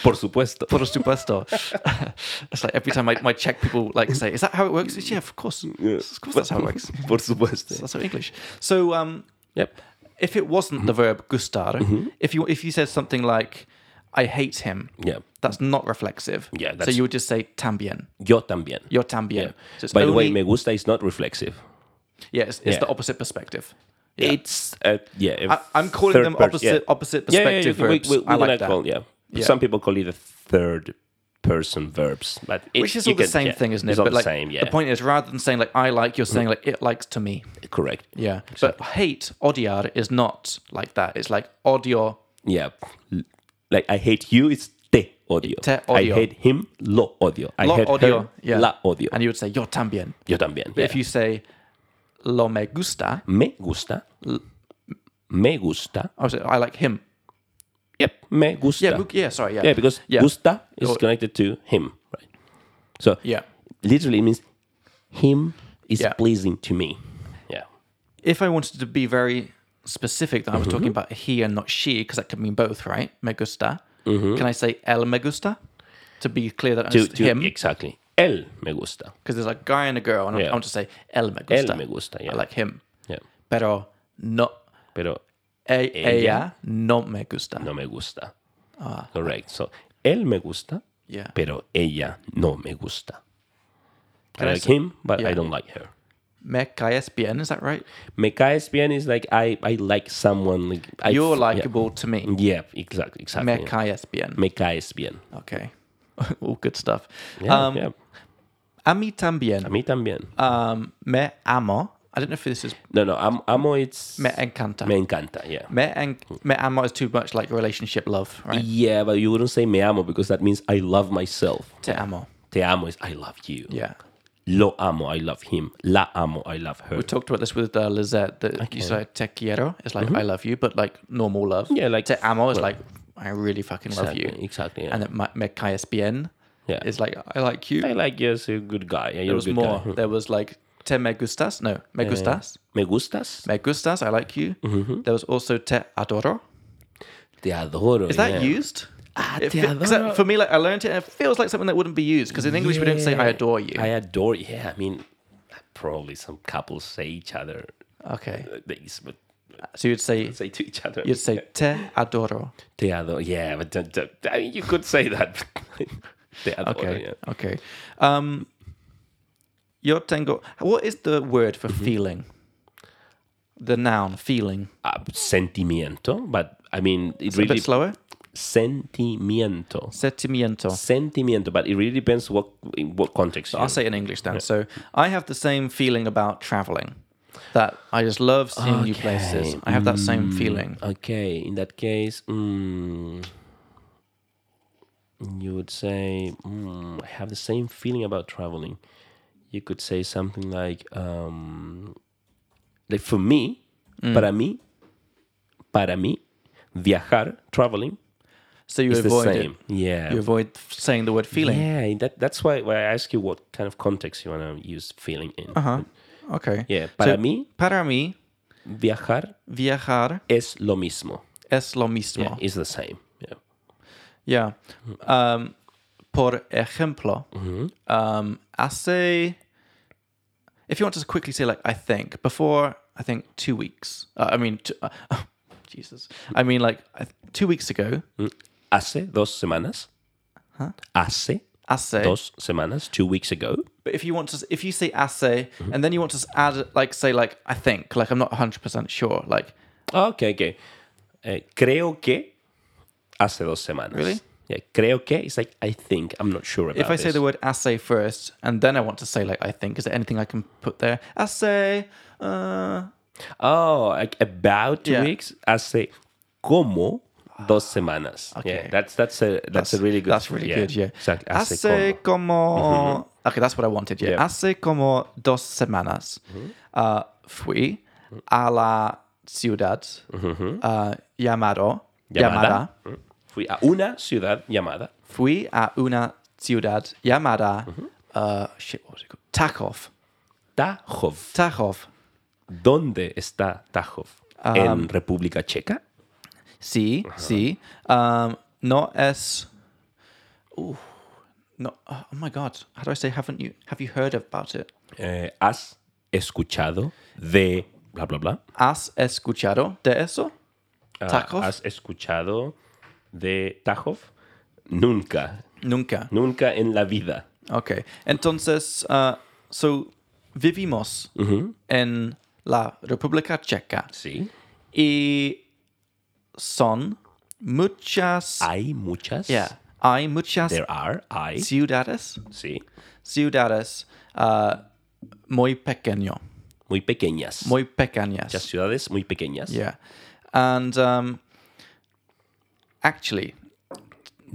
S2: Por supuesto.
S1: por supuesto. it's like every time I, I check, people like say, "Is that how it works?" It's, yeah, of course. Of course, that's how it works.
S2: Por supuesto.
S1: That's how English. So, um,
S2: Yep.
S1: if it wasn't
S2: Mm-hmm.
S1: the verb gustar, if you if you said something like, "I hate him,"
S2: Yeah.
S1: that's not reflexive.
S2: Yeah,
S1: so
S2: that's-
S1: you would just say también.
S2: Yo también.
S1: Yo también.
S2: Yeah.
S1: So it's
S2: By the way,
S1: only-
S2: me gusta is not reflexive.
S1: yeah, it's, it's
S2: yeah.
S1: the opposite perspective.
S2: It's uh, yeah. if
S1: Eh, I, I'm calling
S2: third
S1: them
S2: pers-
S1: opposite opposite
S2: Yeah, yeah, yeah,
S1: perspective
S2: we-
S1: verbs.
S2: we- we
S1: I like
S2: wanna
S1: that.
S2: Call, yeah.
S1: Yeah.
S2: Some people call it a third person verbs, but it,
S1: Which is
S2: you
S1: all the
S2: can-
S1: same
S2: yeah,
S1: thing, isn't it?
S2: It's all
S1: but
S2: the
S1: like,
S2: same. Yeah, Mm.
S1: The point is, rather than saying like I like, you're saying like it likes to me.
S2: correct.
S1: Yeah. But hate odiar is not like that. It's like odio.
S2: Yeah, L- like I hate you. It's te odio.
S1: Te
S2: I
S1: odio.
S2: hate him. Lo odio. I
S1: Lo
S2: hate
S1: odio,
S2: her.
S1: yeah.
S2: La odio.
S1: And you would say yo también.
S2: Yo también.
S1: But
S2: yeah.
S1: if you say lo me gusta,
S2: me gusta. Me gusta.
S1: I would say I like him.
S2: Yep. Me gusta.
S1: Yeah. bu- Yeah. Sorry. Yeah.
S2: Yeah, because
S1: Yeah.
S2: gusta is
S1: Or-
S2: connected to him, right? So
S1: Yeah.
S2: literally it means him is
S1: Yeah.
S2: pleasing to me. Yeah.
S1: if I wanted to be very specific that I was talking
S2: Mm-hmm.
S1: about he and not she, because that could mean both, right? Me gusta.
S2: Mm-hmm.
S1: Can I say el me gusta? To be clear that
S2: To,
S1: it's
S2: to
S1: him,
S2: exactly. El me gusta.
S1: because there's a guy and a girl, and I-
S2: Yeah.
S1: I want to say el me
S2: El
S1: gusta.
S2: me gusta. Yeah.
S1: I like him.
S2: yeah.
S1: Pero no,
S2: Pero
S1: e-
S2: Ella.
S1: ella, no me gusta.
S2: no me gusta.
S1: Ah.
S2: Correct. So el me gusta,
S1: Yeah.
S2: pero ella no me gusta.
S1: Can
S2: I
S1: I
S2: like
S1: say-
S2: him, but I
S1: yeah.
S2: don't like her.
S1: Me caes bien, is that right?
S2: Me caes bien is like I, I like someone like I
S1: You're
S2: f-
S1: likable to me.
S2: Yeah, yeah exactly exactly.
S1: Me caes bien.
S2: me caes bien.
S1: Okay. All good stuff.
S2: Yeah,
S1: um,
S2: yeah.
S1: A mí también.
S2: A mí también.
S1: Um, me amo. I don't know if this is
S2: No, no, am, amo it's
S1: me encanta.
S2: me encanta, yeah.
S1: Me and me and is too much like relationship love, right?
S2: Yeah, but you wouldn't say me amo because that means I love myself.
S1: Te amo.
S2: Te amo is I love you.
S1: Yeah.
S2: Lo amo, I love him. La amo, I love her.
S1: We talked about this with uh, Lizette that you say te quiero is like I love you, but like normal love.
S2: Mm-hmm. Yeah, like-
S1: te amo is like I really fucking love
S2: exactly,
S1: you,
S2: Exactly. Yeah.
S1: and then me, me caes bien
S2: yeah.
S1: is like I like you.
S2: I
S1: There
S2: like you as a good guy. Yeah, you're a
S1: was
S2: good
S1: more.
S2: guy.
S1: There was like te me gustas. No, me gustas.
S2: Me gustas?
S1: Me gustas. I like you.
S2: Mm-hmm.
S1: There was also te adoro.
S2: Te adoro.
S1: Is that
S2: yeah.
S1: used?
S2: Ah,
S1: It
S2: te
S1: fe- 'cause
S2: adoro.
S1: that, for me, like I learned it, and it feels like something that wouldn't be used because in English we don't say I
S2: Yeah.
S1: adore you.
S2: I adore Yeah, I mean, probably some couples say each other
S1: okay,
S2: uh, things, but
S1: so you'd say
S2: say to each other.
S1: You'd say te adoro.
S2: Te adoro. Yeah, but don't, don't, I mean, you could say that. but te adoro.
S1: Okay.
S2: Yeah.
S1: Okay. Um, yo tengo. What is the word for
S2: Mm-hmm.
S1: feeling? The noun feeling.
S2: uh, sentimiento, but I mean, it
S1: A
S2: really
S1: bit slower.
S2: sentimiento,
S1: Sentimiento.
S2: sentimiento, but it really depends what in what context.
S1: I'll
S2: You,
S1: say it in English then. So I have the same feeling about traveling. That I just love seeing new places. I have that same
S2: Mm.
S1: feeling.
S2: okay, in that case, mm, you would say mm, I have the same feeling about traveling. You could say something like, um, like for me, para mí, para mí, viajar, traveling
S1: So you
S2: is the
S1: avoid it.
S2: same. Yeah,
S1: You avoid f- saying the word feeling.
S2: Yeah, that, that's why, why I ask you what kind of context you want to use feeling in.
S1: Huh? Okay.
S2: Yeah, para mí,
S1: Para mí,
S2: viajar
S1: viajar
S2: es lo mismo.
S1: es lo mismo.
S2: Yeah, is the same. Yeah. Mm.
S1: Yeah. Um, por ejemplo,
S2: Mm-hmm.
S1: um, hace. If you want to quickly say, like, I think, before, I think, two weeks. Uh, I mean, t- uh, Jesus. I mean, like, I th- two weeks ago,
S2: Hace dos semanas. Hace
S1: hace.
S2: dos semanas, two weeks ago.
S1: But if you want to, s- if you say hace,
S2: Mm-hmm.
S1: and then you want to s- add, like, say, like, I think, like, I'm not 100% sure. Like,
S2: Okay, okay. Ah, Eh, creo que hace dos semanas.
S1: Really?
S2: Yeah, creo que. It's like, I think. I'm not sure about
S1: if I say
S2: this.
S1: the word assay first, and then I want to say, like, I think, is there anything I can put there? Assay, uh,
S2: Oh, like about two
S1: Yeah.
S2: weeks. Hace como dos semanas. Yeah,
S1: Okay.
S2: that's that's a that's, a really good.
S1: Ah, That's really
S2: yeah,
S1: good, yeah.
S2: Exactly. Hace,
S1: Hace
S2: como.
S1: como. Okay, that's what I wanted, yeah.
S2: Yeah. Mm-hmm.
S1: Hace como dos semanas uh, fui a la ciudad
S2: Mm-hmm.
S1: uh, llamado, llamada.
S2: Llamada. Mm. Fui a una ciudad llamada.
S1: Fui a una ciudad llamada. Uh, shit, what was it called? Tachov.
S2: Tajov.
S1: Tachov.
S2: ¿Dónde está Tajov?
S1: Um,
S2: en República Checa.
S1: Sí, sí. Um, no es. Ooh, no. Oh my God. How do I say? Haven't you? Have you heard about it?
S2: Eh, ¿Has escuchado de bla bla bla?
S1: ¿Has escuchado de eso?
S2: Ah,
S1: Tajov?
S2: ¿Has escuchado de Tajov? Nunca,
S1: Nunca.
S2: nunca en la vida.
S1: Ok. Entonces, ah, so, vivimos en la República Checa
S2: Sí.
S1: y son muchas...
S2: Hay muchas.
S1: Yeah, Hay muchas
S2: Ah, There are I.
S1: ciudades,
S2: Sí.
S1: ciudades uh, muy pequeño,
S2: Muy pequeñas.
S1: muy pequeñas.
S2: Muchas ciudades muy pequeñas.
S1: Yeah, and um, actually,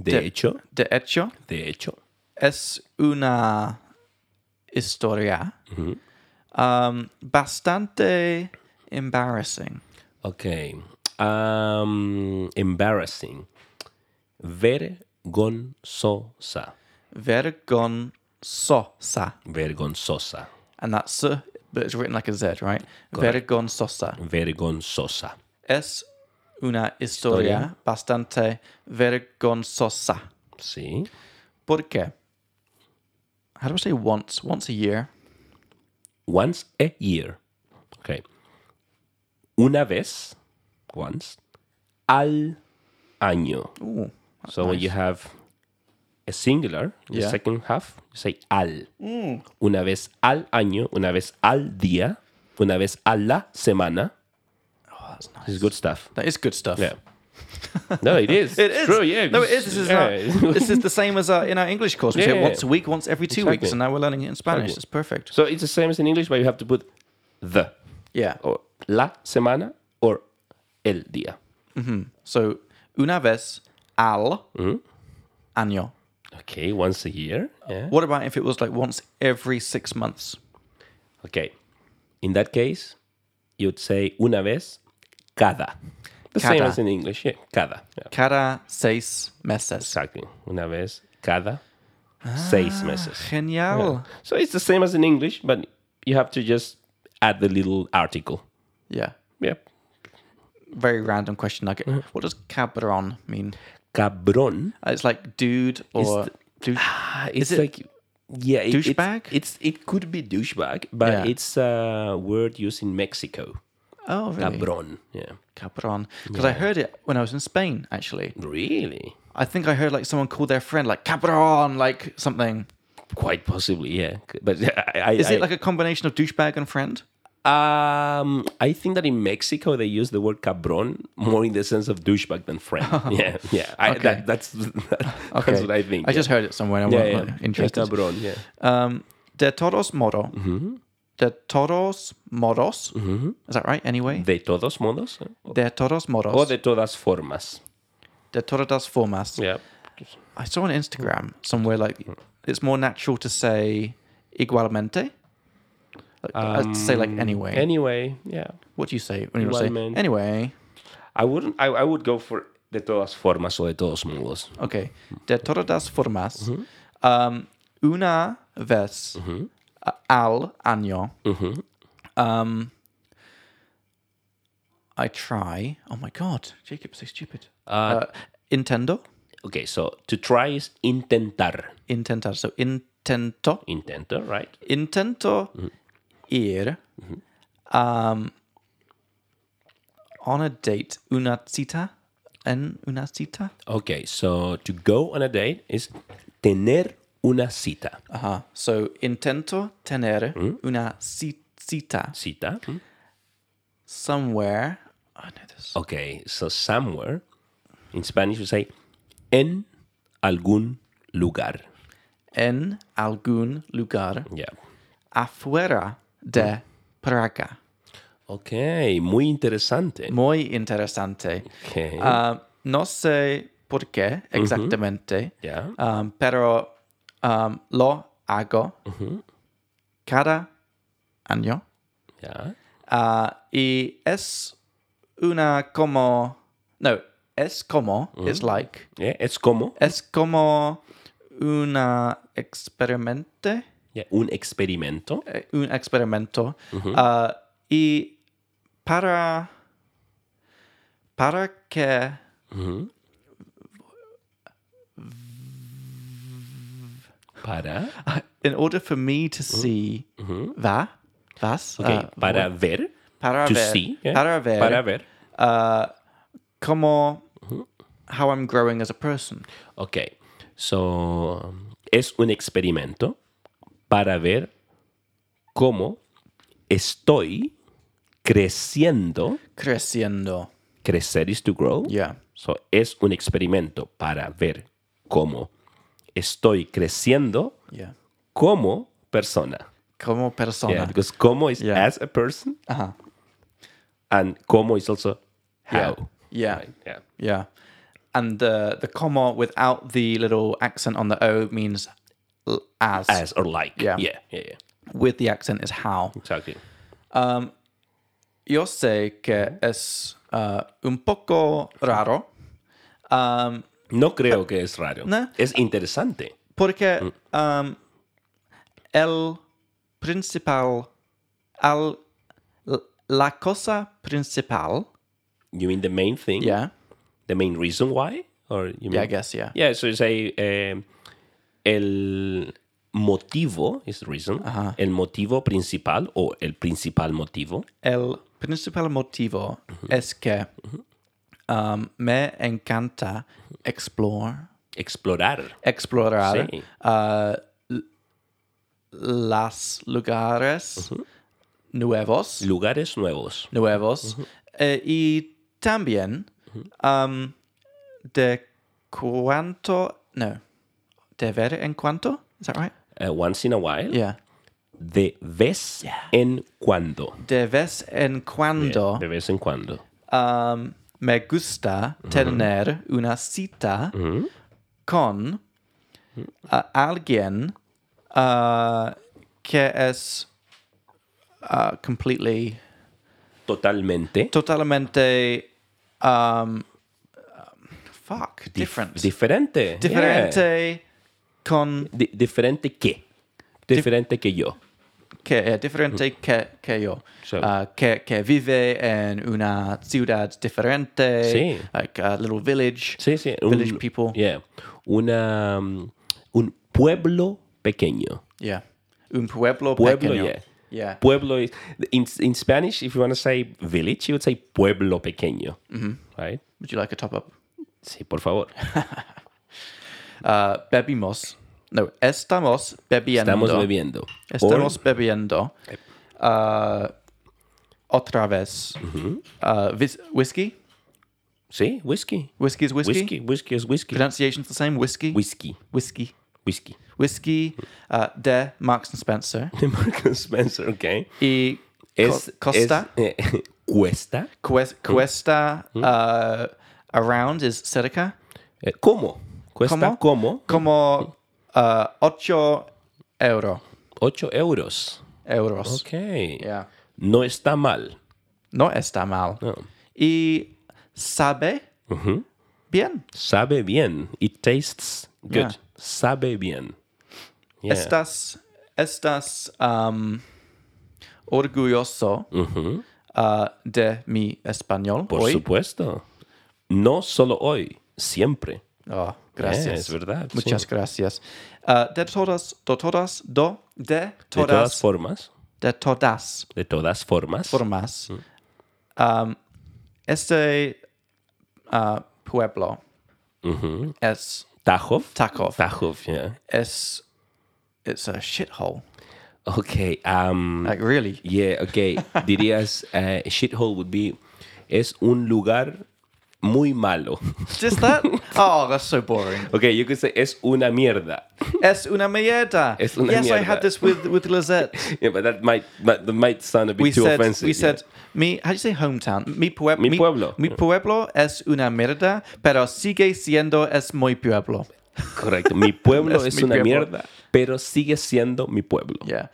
S2: De
S1: Yeah.
S2: hecho,
S1: de hecho,
S2: de hecho.
S1: es una historia um, bastante embarrassing.
S2: Ok. Um, embarrassing. Vergonzosa.
S1: Vergonzosa.
S2: Vergonzosa.
S1: And that's, uh, but it's written like a Z, right? Vergonzosa.
S2: Vergonzosa.
S1: Es una historia bastante vergonzosa.
S2: Sí.
S1: ¿Por qué? How do I say once? Once a year.
S2: Once a year. Ok. Una vez. Once. Al año.
S1: Ooh,
S2: So when you have a singular, the
S1: Yeah. Mm.
S2: second half, you say al. Una vez al año, una vez al día, una vez a la semana.
S1: Oh, that's nice.
S2: This is good stuff.
S1: That is good stuff.
S2: Yeah. No, it is.
S1: It is.
S2: It's True, yeah.
S1: No, it is. This is,
S2: Yeah.
S1: our- this is the same as uh, in our English course. We
S2: Yeah,
S1: say
S2: yeah,
S1: once a week, once every two
S2: Exactly.
S1: weeks, and now we're learning it in Spanish.
S2: Exactly.
S1: It's perfect.
S2: so it's the same as in English, but you have to put the
S1: Yeah.
S2: or la semana or el día.
S1: So, una vez al
S2: Mm-hmm.
S1: año.
S2: Okay, once a year. Yeah.
S1: What about if it was like once every six months?
S2: Okay. In that case, you'd say una vez cada. The same
S1: Cada.
S2: as in English, yeah. Cada. Yeah.
S1: Cada seis meses.
S2: Exactly. Una vez cada
S1: Ah.
S2: seis meses.
S1: Genial.
S2: So it's the same as in English, but you have to just add the little article.
S1: Yeah.
S2: Yep.
S1: Very random question nugget.
S2: Mm-hmm.
S1: What does cabron mean?
S2: Cabrón.
S1: Uh, It's like dude or dude.
S2: Ah, it's
S1: it
S2: like yeah, it- it's-
S1: douchebag?
S2: It's, it could be douchebag, but
S1: Yeah.
S2: it's a word used in Mexico.
S1: Oh, really?
S2: Cabrón. Yeah.
S1: Cabron. Because I heard it when I was in Spain, actually.
S2: Really?
S1: I think I heard like someone call their friend like cabron, like something.
S2: Quite possibly, yeah. But I, I,
S1: Is
S2: I,
S1: it like a combination of douchebag and friend?
S2: um, I think that in Mexico they use the word cabrón more in the sense of douchebag than friend. yeah, yeah. I,
S1: Okay.
S2: that, that's that's what I think.
S1: I
S2: yeah.
S1: just heard it somewhere. and I
S2: yeah,
S1: wasn't
S2: yeah.
S1: like, interested.
S2: Cabrón, yeah.
S1: Um, de todos modos.
S2: Mm-hmm.
S1: De todos modos. Is that right? Anyway.
S2: De todos modos. eh?
S1: De todos modos.
S2: O de todas formas.
S1: de todas formas.
S2: Yeah.
S1: I saw on Instagram somewhere like it's more natural to say igualmente. Like, uh, to say like anyway.
S2: Anyway, yeah.
S1: what do you say when you say
S2: Um, Igualmente.
S1: anyway?
S2: I wouldn't. I, I would go for de todas formas o de todos modos.
S1: Okay. De todas formas. Um, una vez uh, al año. Um, I try. Oh my god, Jacob's so stupid. Uh, intendo.
S2: Okay, so to try is intentar.
S1: Intentar. So intento.
S2: Intento, right?
S1: Intento ir um, on a date. Una cita. En una cita.
S2: Okay, so to go on a date is tener una cita.
S1: Aha. So intento tener una ci- cita
S2: Cita. mm?
S1: somewhere. I know this.
S2: Okay, so somewhere in Spanish you say en algún lugar.
S1: En algún lugar
S2: Yeah.
S1: afuera de Praga.
S2: Okay, muy interesante.
S1: Muy interesante.
S2: Okay.
S1: Ah, no sé por qué exactamente,
S2: yeah.
S1: um, pero um, lo hago cada año.
S2: Yeah.
S1: Ah, y es una como... No, es como, it's like...
S2: Yeah, Eh, es como
S1: Es como una experimente,
S2: yeah, un experimento.
S1: eh, un experimento.
S2: Mm-hmm.
S1: Ah, y para, para que
S2: Para,
S1: in order for me to see va, vas,
S2: Mm-hmm. okay,
S1: uh,
S2: para ver.
S1: para
S2: to
S1: ver,
S2: see. yeah,
S1: para ver,
S2: Para ver. Mm-hmm.
S1: como how I'm growing as a person.
S2: Ok. So, es un experimento para ver cómo estoy creciendo.
S1: Creciendo.
S2: Crecer is to grow.
S1: Yeah.
S2: So, es un experimento para ver como estoy creciendo
S1: Yeah.
S2: como persona.
S1: Como persona.
S2: Yeah, because como is
S1: Yeah.
S2: as a person
S1: Ajá.
S2: and como is also
S1: Yeah.
S2: how.
S1: Yeah.
S2: Right, yeah.
S1: Yeah. And uh, the comma without the little accent on the O means l- as.
S2: As or like.
S1: Yeah.
S2: Yeah. Yeah. yeah.
S1: With the accent is how.
S2: Exactly.
S1: Yo sé que es uh, un poco raro. Um,
S2: No creo que es raro.
S1: No.
S2: Es interesante.
S1: porque um, el principal. Al, la cosa principal.
S2: You mean the main thing?
S1: Yeah.
S2: The main reason why? Or you mean?
S1: Yeah, I guess, yeah.
S2: Yeah, so you say um, el motivo is the reason.
S1: Uh-huh.
S2: El motivo principal o el principal motivo.
S1: El principal motivo es que um, me encanta explore,
S2: Explorar.
S1: explorar
S2: Sí.
S1: uh, l- las lugares nuevos,
S2: Lugares nuevos.
S1: nuevos eh, y también um, de cuánto, no, de ver en cuánto, is that right?
S2: Uh, once in a while.
S1: Yeah.
S2: De vez en cuando.
S1: De vez en cuando.
S2: De vez en cuando.
S1: um, me gusta tener una cita con uh, alguien uh, que es uh, completely,
S2: Totalmente.
S1: totalmente, um, fuck, different.
S2: Diferente. Yeah.
S1: diferente con
S2: Di- diferente que. Diferente que yo.
S1: que eh, diferente que, que yo
S2: Mm. So-
S1: Uh, que, que vive en una ciudad diferente
S2: Sí.
S1: like a little village
S2: Sí, sí.
S1: Village people.
S2: Yeah. Una, um, un pueblo pequeño.
S1: Yeah. Un pueblo,
S2: Pueblo,
S1: pequeño.
S2: yeah.
S1: Yeah.
S2: Pueblo is, in, in Spanish, if you want to say village, you would say pueblo pequeño.
S1: Mm-hmm.
S2: Right?
S1: Would you like a top up?
S2: Sí, por favor.
S1: Uh, bebimos. No, estamos bebiendo.
S2: Estamos bebiendo.
S1: Estamos
S2: Or
S1: bebiendo. Uh, otra vez.
S2: Mm-hmm.
S1: Uh, vis- whiskey?
S2: sí, whisky.
S1: Whiskey is whiskey?
S2: Whisky, whisky es whisky.
S1: Pronunciation's the same. Whiskey?
S2: Whisky,
S1: whiskey.
S2: whisky.
S1: Whiskey
S2: mm.
S1: uh, de Marks and Spencer.
S2: De Marcus Spencer, ok.
S1: Y
S2: Es,
S1: co- Costa.
S2: es, eh, cuesta.
S1: Cues- cuesta uh, around is cerca.
S2: Eh, ¿Cómo? Cuesta
S1: ¿Cómo?
S2: como
S1: Como uh, ocho euro.
S2: 8 euros.
S1: Euros.
S2: Ok.
S1: Yeah.
S2: No está mal.
S1: No está mal.
S2: No.
S1: Y sabe bien.
S2: Sabe bien. It tastes good.
S1: Yeah.
S2: Sabe bien. Yeah.
S1: Estás, estás um, orgulloso uh, de mi español
S2: Por
S1: hoy.
S2: supuesto. No solo hoy, siempre.
S1: Oh,
S2: Yeah,
S1: gracias.
S2: es verdad. sí.
S1: Muchas gracias. Uh, de todas, de todas, do, de
S2: De todas
S1: todas,
S2: formas.
S1: de todas
S2: De todas formas.
S1: formas.
S2: Mm.
S1: Um, este uh, pueblo
S2: Mm-hmm.
S1: es
S2: Tajov.
S1: Tajov.
S2: Tajov, yeah.
S1: es it's a shithole.
S2: Ok. um,
S1: Like really.
S2: yeah, ok. Dirías, eh, shithole would be, es un lugar muy malo.
S1: Just that? oh, that's so boring.
S2: Ok, you could say, es una mierda.
S1: Es una mierda.
S2: Es una
S1: yes, I
S2: mierda.
S1: had this with with Lizette.
S2: Yeah, but that might that, that might sound a bit
S1: We
S2: too
S1: said
S2: offensive.
S1: we
S2: yeah.
S1: said me. How do you say hometown? Mi, pueb-
S2: Mi pueblo.
S1: Mi pueblo es una mierda, pero sigue siendo es muy pueblo.
S2: correcto. Mi pueblo
S1: Es
S2: es
S1: mi
S2: una
S1: pueblo.
S2: mierda, pero sigue siendo mi pueblo.
S1: Yeah,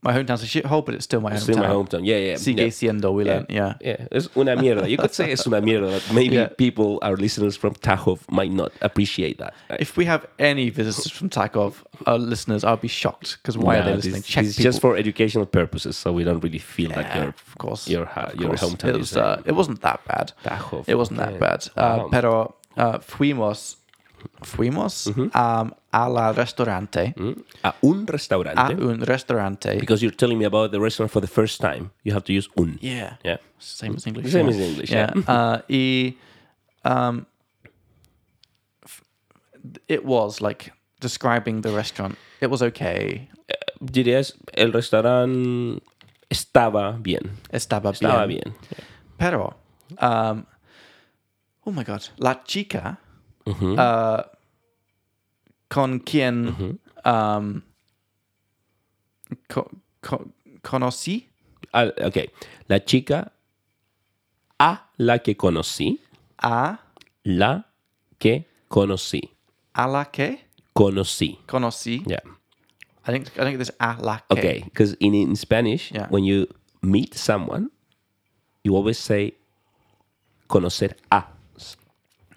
S1: my hometown's a shithole, but it's still my hometown.
S2: Still my hometown. Yeah, yeah.
S1: Sigue
S2: yeah.
S1: siendo. We learned. Yeah.
S2: Yeah, es una mierda. You could say es una mierda, but maybe
S1: Yeah.
S2: people, our listeners from Tahoe, might not appreciate that.
S1: If we have any visitors from Tarkov, our listeners, I'll be shocked because why are they
S2: No, this-
S1: listening?
S2: this
S1: Czech
S2: is
S1: people.
S2: just for educational purposes, so we don't really feel like
S1: Yeah,
S2: your
S1: of course,
S2: your ha-
S1: of
S2: your
S1: course.
S2: hometown
S1: It, was,
S2: is
S1: uh, it wasn't that bad.
S2: Tahoe.
S1: It wasn't that bad. Uh, Pero uh, fuimos, fuimos
S2: Mm-hmm.
S1: um, a la restaurante,
S2: a un
S1: a
S2: restaurante.
S1: un restaurante.
S2: Mm-hmm. because you're telling me about the restaurant for the first time, you have to use un.
S1: yeah.
S2: Yeah.
S1: same as English.
S2: Same
S1: yeah.
S2: as English,
S1: uh, y um, f- it was like describing the restaurant. It was okay.
S2: Dirías el restaurante estaba bien.
S1: Estaba,
S2: Estaba
S1: bien.
S2: bien.
S1: Pero, um, oh my god, la chica uh, con quien um, co- co- conocí.
S2: Al- ok. La chica a la que conocí.
S1: a
S2: La que conocí.
S1: a la que
S2: Conocí.
S1: conocí.
S2: Yeah.
S1: I think I think there's a la que.
S2: Okay. Because in, in Spanish,
S1: Yeah.
S2: when you meet someone, you always say conocer a s-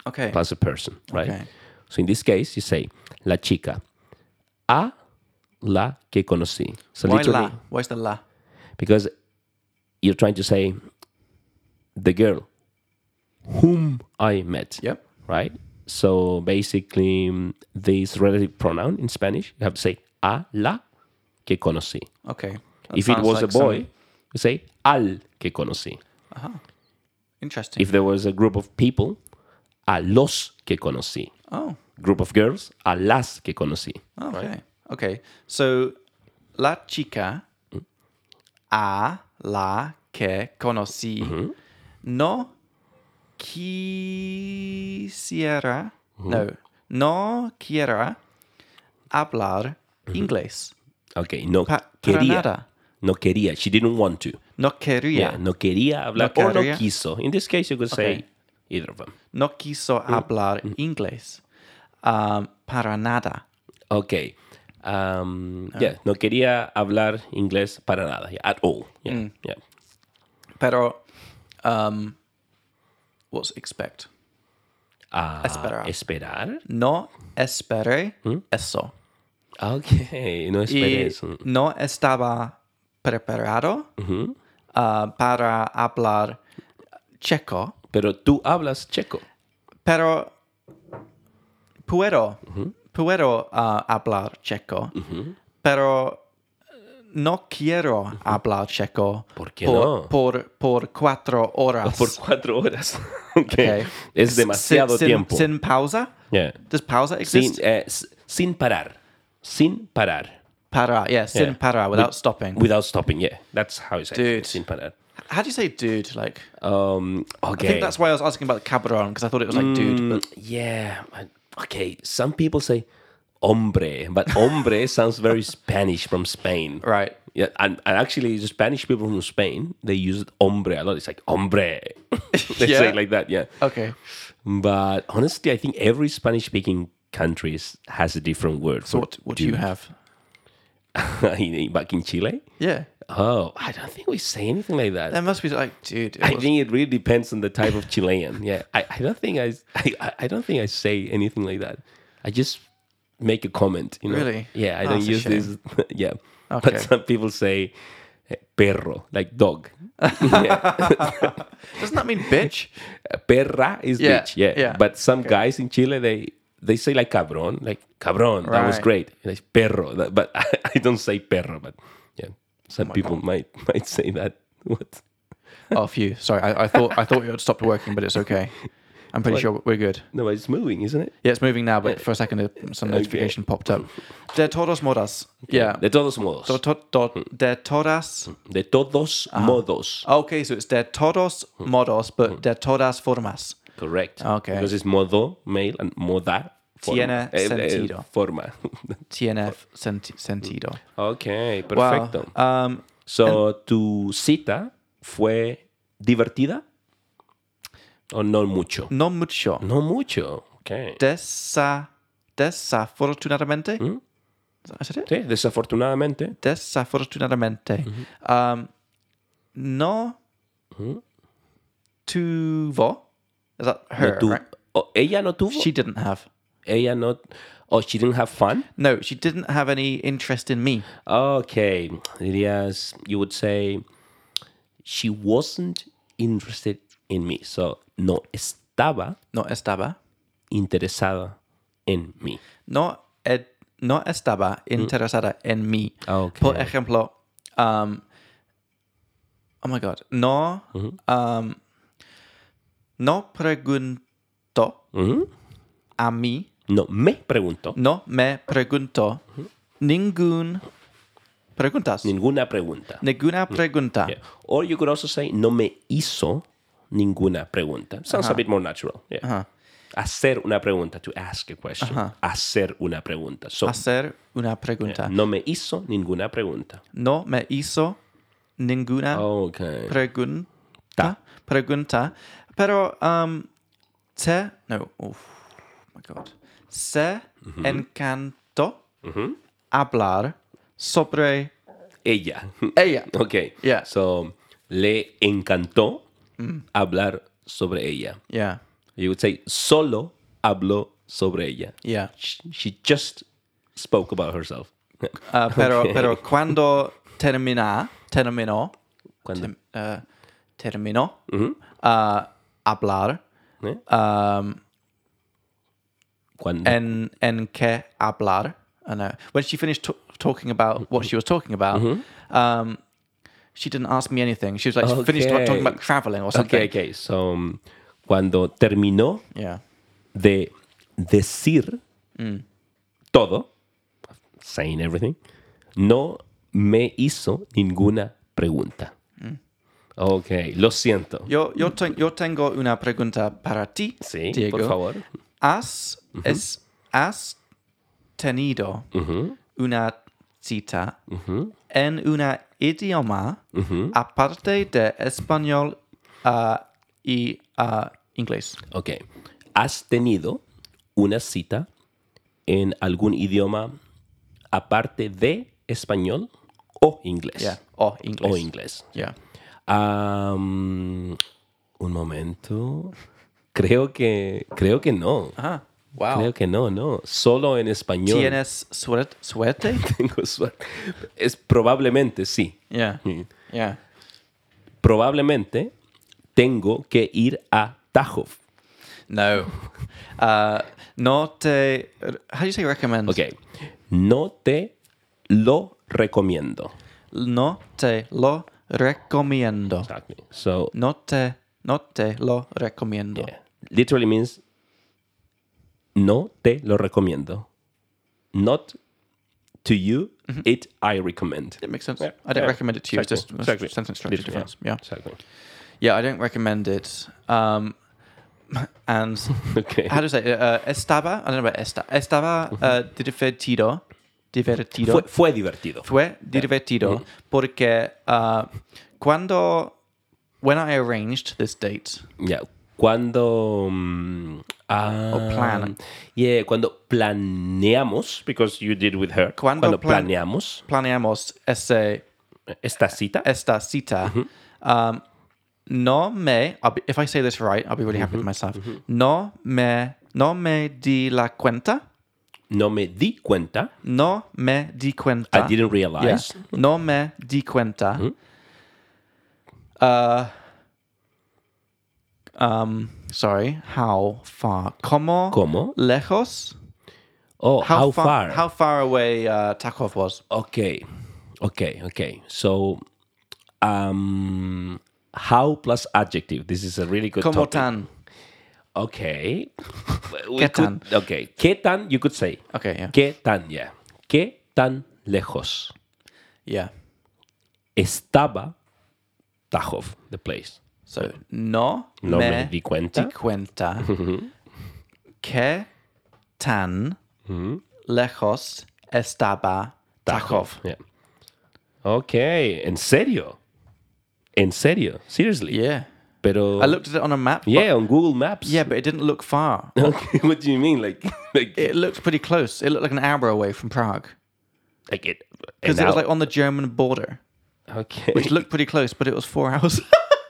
S1: Okay.
S2: plus a person, right?
S1: Okay.
S2: So in this case, you say la chica a la que conocí. So
S1: Why
S2: literally,
S1: la? Where's the la?
S2: because you're trying to say the girl whom I met.
S1: Yep.
S2: Right? So basically, mm, this relative pronoun in Spanish, you have to say a la que conocí.
S1: Okay. That
S2: if it
S1: sounds
S2: was a
S1: like some-
S2: boy, you say al que conocí.
S1: interesting.
S2: If there was a group of people, a los que conocí.
S1: oh.
S2: Group of girls, a las que conocí.
S1: oh, Okay. Okay. So la chica a la que conocí no quisiera no no quiera hablar inglés
S2: Okay, no
S1: Pa- para
S2: quería.
S1: nada.
S2: No quería. She didn't want to.
S1: No quería.
S2: Yeah, no quería hablar
S1: No
S2: or no
S1: quería.
S2: quiso. In this case, you could say
S1: Okay.
S2: either of them.
S1: no quiso hablar inglés um, para nada.
S2: Okay. Um,
S1: Ah.
S2: Yeah, no quería hablar inglés para nada. yeah, at all. Yeah,
S1: Mm.
S2: yeah.
S1: Pero, um, what's expect?
S2: Ah,
S1: Esperar.
S2: Esperar.
S1: No esperé eso.
S2: Okay, no esperé
S1: Y
S2: eso.
S1: no estaba preparado uh, para hablar checo,
S2: Pero tú hablas checo.
S1: pero puedo, puedo uh, hablar checo, pero no quiero hablar checo
S2: ¿Por qué
S1: por,
S2: no?
S1: por, por cuatro horas.
S2: Por cuatro horas. okay.
S1: Okay.
S2: Es
S1: Sin-
S2: demasiado
S1: sin,
S2: tiempo.
S1: Sin pausa?
S2: Yeah.
S1: Does pausa
S2: Sin,
S1: exist?
S2: eh, s- sin parar. Sin parar.
S1: para, yeah, sin
S2: Yeah.
S1: para, without
S2: With-
S1: stopping.
S2: Without stopping. Yeah, that's how you say it.
S1: Dude.
S2: Sin parar.
S1: How do you say dude? Like,
S2: Um, okay.
S1: I think that's why I was asking about cabron, because I thought it was like
S2: Mm,
S1: dude. But
S2: Yeah. I- Okay. Some people say hombre, but hombre sounds very Spanish from Spain.
S1: Right.
S2: Yeah. And, and actually, the Spanish people from Spain, they use hombre a lot. It's like hombre. they say
S1: Yeah.
S2: it like that. Yeah.
S1: Okay.
S2: But honestly, I think every Spanish speaking country is- has a different word.
S1: So what, what do you have?
S2: Back in Chile?
S1: Yeah.
S2: Oh, I don't think we say anything like that.
S1: There must be like dude. it
S2: I
S1: was-
S2: think it really depends on the type of Chilean. Yeah, I, I don't think I, I I don't think I say anything like that. I just make a comment. You know?
S1: Really?
S2: Yeah, I
S1: Oh,
S2: don't
S1: that's a
S2: use this. yeah,
S1: Okay.
S2: but some people say eh, perro, like dog. yeah.
S1: Doesn't that mean bitch?
S2: Eh, Perra is
S1: Yeah,
S2: bitch. Yeah.
S1: yeah.
S2: But some guys in Chile they they say like cabrón, like cabrón. That was
S1: Right.
S2: great. And it's perro, that- but I, I don't say perro. But yeah, some people might might say that. What?
S1: oh, phew. Sorry, I, I thought I thought you had stopped working, but it's okay. I'm pretty sure we're good.
S2: No, it's moving, isn't it?
S1: Yeah, it's moving now, but for a second, uh, some notification popped up. De todos modos. Yeah.
S2: De todos modos.
S1: De, to- to- de todas
S2: De todos modos.
S1: Okay, so it's de todos modos, but de todas formas.
S2: Correct.
S1: Okay.
S2: Because it's modo, male, and moda. Eh,
S1: Tiene sentido.
S2: forma.
S1: TNF senti- sentido.
S2: ok, perfecto.
S1: Wow. Um,
S2: So, ¿tu cita fue divertida? ¿O no mucho?
S1: no mucho.
S2: No mucho. Ok.
S1: Desa, desafortunadamente. I said it?
S2: Sí, desafortunadamente.
S1: Desafortunadamente. Um, no tuvo. Is that her?
S2: Tu-
S1: right?
S2: o ella no tuvo.
S1: She didn't have.
S2: ella no. Oh, she didn't have fun?
S1: No, she didn't have any interest in me.
S2: Okay. Dirías, you would say, she wasn't interested in me. So, no estaba
S1: No estaba.
S2: interesada en mí.
S1: no, ed- no estaba interesada en mí.
S2: Ok.
S1: Por ejemplo, um, oh my god, no, um, no preguntó a mí,
S2: No, me preguntó.
S1: no me preguntó ningún preguntas,
S2: Ninguna pregunta.
S1: ninguna pregunta.
S2: Yeah. Or you could also say, no me hizo ninguna pregunta. Sounds a bit more natural. Yeah.
S1: Ajá.
S2: Hacer una pregunta, to ask a question. Hacer una pregunta. So,
S1: Hacer una pregunta.
S2: no me hizo ninguna pregunta.
S1: No me hizo ninguna
S2: Ok.
S1: pregunta. Pregunta. Pero um, se. No. Oh my God. Se encantó hablar sobre
S2: Ella.
S1: ella.
S2: ok.
S1: Yeah. Mm.
S2: So, le encantó hablar sobre ella.
S1: Yeah.
S2: You would say, solo habló sobre ella.
S1: Yeah.
S2: Sh- She just spoke about herself.
S1: Uh, pero, pero cuando termina, terminó,
S2: Cuando- Mm-hmm.
S1: tem- uh, terminó uh, hablar,
S2: ¿Eh?
S1: um,
S2: Cuando-
S1: en, en que hablar. I know. When she finished t- talking about what she was talking about,
S2: Mm-hmm.
S1: um, she didn't ask me anything. She was like finished
S2: Okay.
S1: talking about traveling or something.
S2: Okay, okay. So, um, cuando terminó
S1: Yeah.
S2: de decir
S1: Mm.
S2: todo, saying everything, no me hizo ninguna pregunta.
S1: Mm.
S2: Ok, lo siento.
S1: Yo, yo, ten- yo tengo una pregunta para ti,
S2: sí,
S1: Diego.
S2: por favor.
S1: ¿Has, es, has tenido una cita en un idioma aparte de español ah, y ah, inglés?
S2: Ok. ¿Has tenido una cita en algún idioma aparte de español o inglés?
S1: Yeah. O inglés.
S2: O inglés.
S1: Yeah.
S2: Am, un momento. Creo que, creo que no.
S1: Ah, wow.
S2: Creo que no, no. Solo en español.
S1: ¿Tienes suerte? suerte?
S2: Tengo suerte. Es probablemente, sí.
S1: Yeah.
S2: Mm.
S1: Yeah.
S2: Probablemente tengo que ir a Tajov.
S1: No. Uh, no te. How do you say recommend?
S2: Ok. No te lo recomiendo.
S1: No te lo recomiendo.
S2: Exactly. So,
S1: No te, no te lo recomiendo.
S2: yeah. literally means no te lo recomiendo. Not to you, it I recommend.
S1: It makes sense.
S2: Yeah,
S1: Mm-hmm. I don't
S2: yeah,
S1: recommend it to you. It's just
S2: exactly, exactly.
S1: a sentence structure
S2: Literally,
S1: difference. Yeah.
S2: Exactly.
S1: Yeah, I don't recommend it. Um, and
S2: Okay.
S1: how do you say it? Uh, estaba, I don't know about esta, estaba uh, divertido. Divertido.
S2: Mm-hmm. Fue, fue divertido.
S1: fue divertido porque uh, cuando when I arranged this date,
S2: Ya, Cuando mm, ah,
S1: plan.
S2: yeah, cuando planeamos, because you did with her.
S1: Cuando plan-
S2: planeamos
S1: planeamos ese,
S2: esta cita.
S1: esta cita.
S2: Mm-hmm.
S1: Um, no me, I'll be, if I say this right, I'll be really
S2: Mm-hmm.
S1: happy with myself. No me, no me di la cuenta.
S2: No me di cuenta.
S1: No me di
S2: I
S1: cuenta. Ah. Yeah.
S2: didn't realize.
S1: No me di cuenta.
S2: Mm-hmm.
S1: Uh, um, sorry. How far? Como?
S2: ¿Cómo?
S1: Lejos?
S2: Oh, how, far?
S1: How far away uh, Tarkov was?
S2: Okay. Okay, okay. So, um, how plus adjective. This is a really good
S1: Como
S2: topic.
S1: tan?
S2: Okay. We
S1: ¿Qué
S2: could- okay. ¿Qué tan? You could say.
S1: Okay, yeah.
S2: ¿Qué tan? Yeah. ¿Qué tan lejos?
S1: Yeah.
S2: estaba Tajov, the place.
S1: So, no,
S2: No me, di cuenta.
S1: di cuenta que tan
S2: Mm.
S1: lejos estaba Tarkov.
S2: Yeah. Okay, en serio. En serio, seriously.
S1: Yeah.
S2: Pero
S1: I looked at it on a map. but-
S2: yeah, on Google Maps.
S1: yeah, but it didn't look far.
S2: Okay, what do you mean like like
S1: It looked pretty close. It looked like an hour away from Prague.
S2: like it
S1: Because
S2: an
S1: it was
S2: hour-
S1: like on the German border.
S2: Okay.
S1: It looked pretty close, but it was four hours.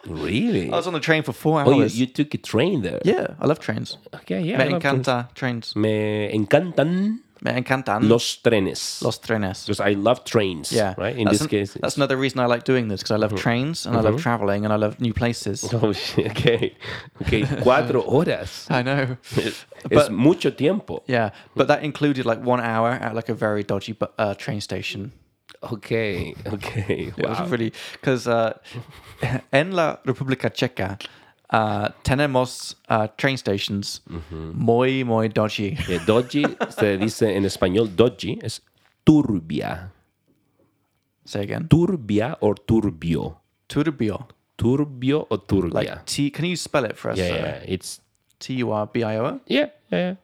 S2: really?
S1: I was on the train for four hours.
S2: Oh, you, you took a train there.
S1: yeah, I love trains.
S2: Okay, yeah.
S1: Me
S2: I love trains.
S1: encanta trains.
S2: Me encantan
S1: Me encantan
S2: los trenes.
S1: los trenes.
S2: because I love trains,
S1: Yeah.
S2: right? In
S1: that's
S2: this
S1: an-
S2: case, Mm-hmm.
S1: That's another reason I like doing this because I love trains and I love traveling and I love new places.
S2: Oh, shit, okay. Okay, cuatro horas.
S1: I know.
S2: es mucho tiempo.
S1: Yeah. But that included like one hour at like a very dodgy bu- uh, train station.
S2: Okay, okay.
S1: It
S2: Wow.
S1: was really. Because uh, en la República Checa, uh, tenemos uh, train stations
S2: Mm-hmm.
S1: muy, muy dodgy.
S2: Eh, dodgy se dice en español dodgy es turbia.
S1: Say again.
S2: Turbia o turbio.
S1: Turbio.
S2: Turbio o turbia.
S1: Like T. Can you spell it for us?
S2: yeah,
S1: sir?
S2: yeah. It's
S1: T U R B I O O.
S2: Yeah, yeah.
S1: Hmm.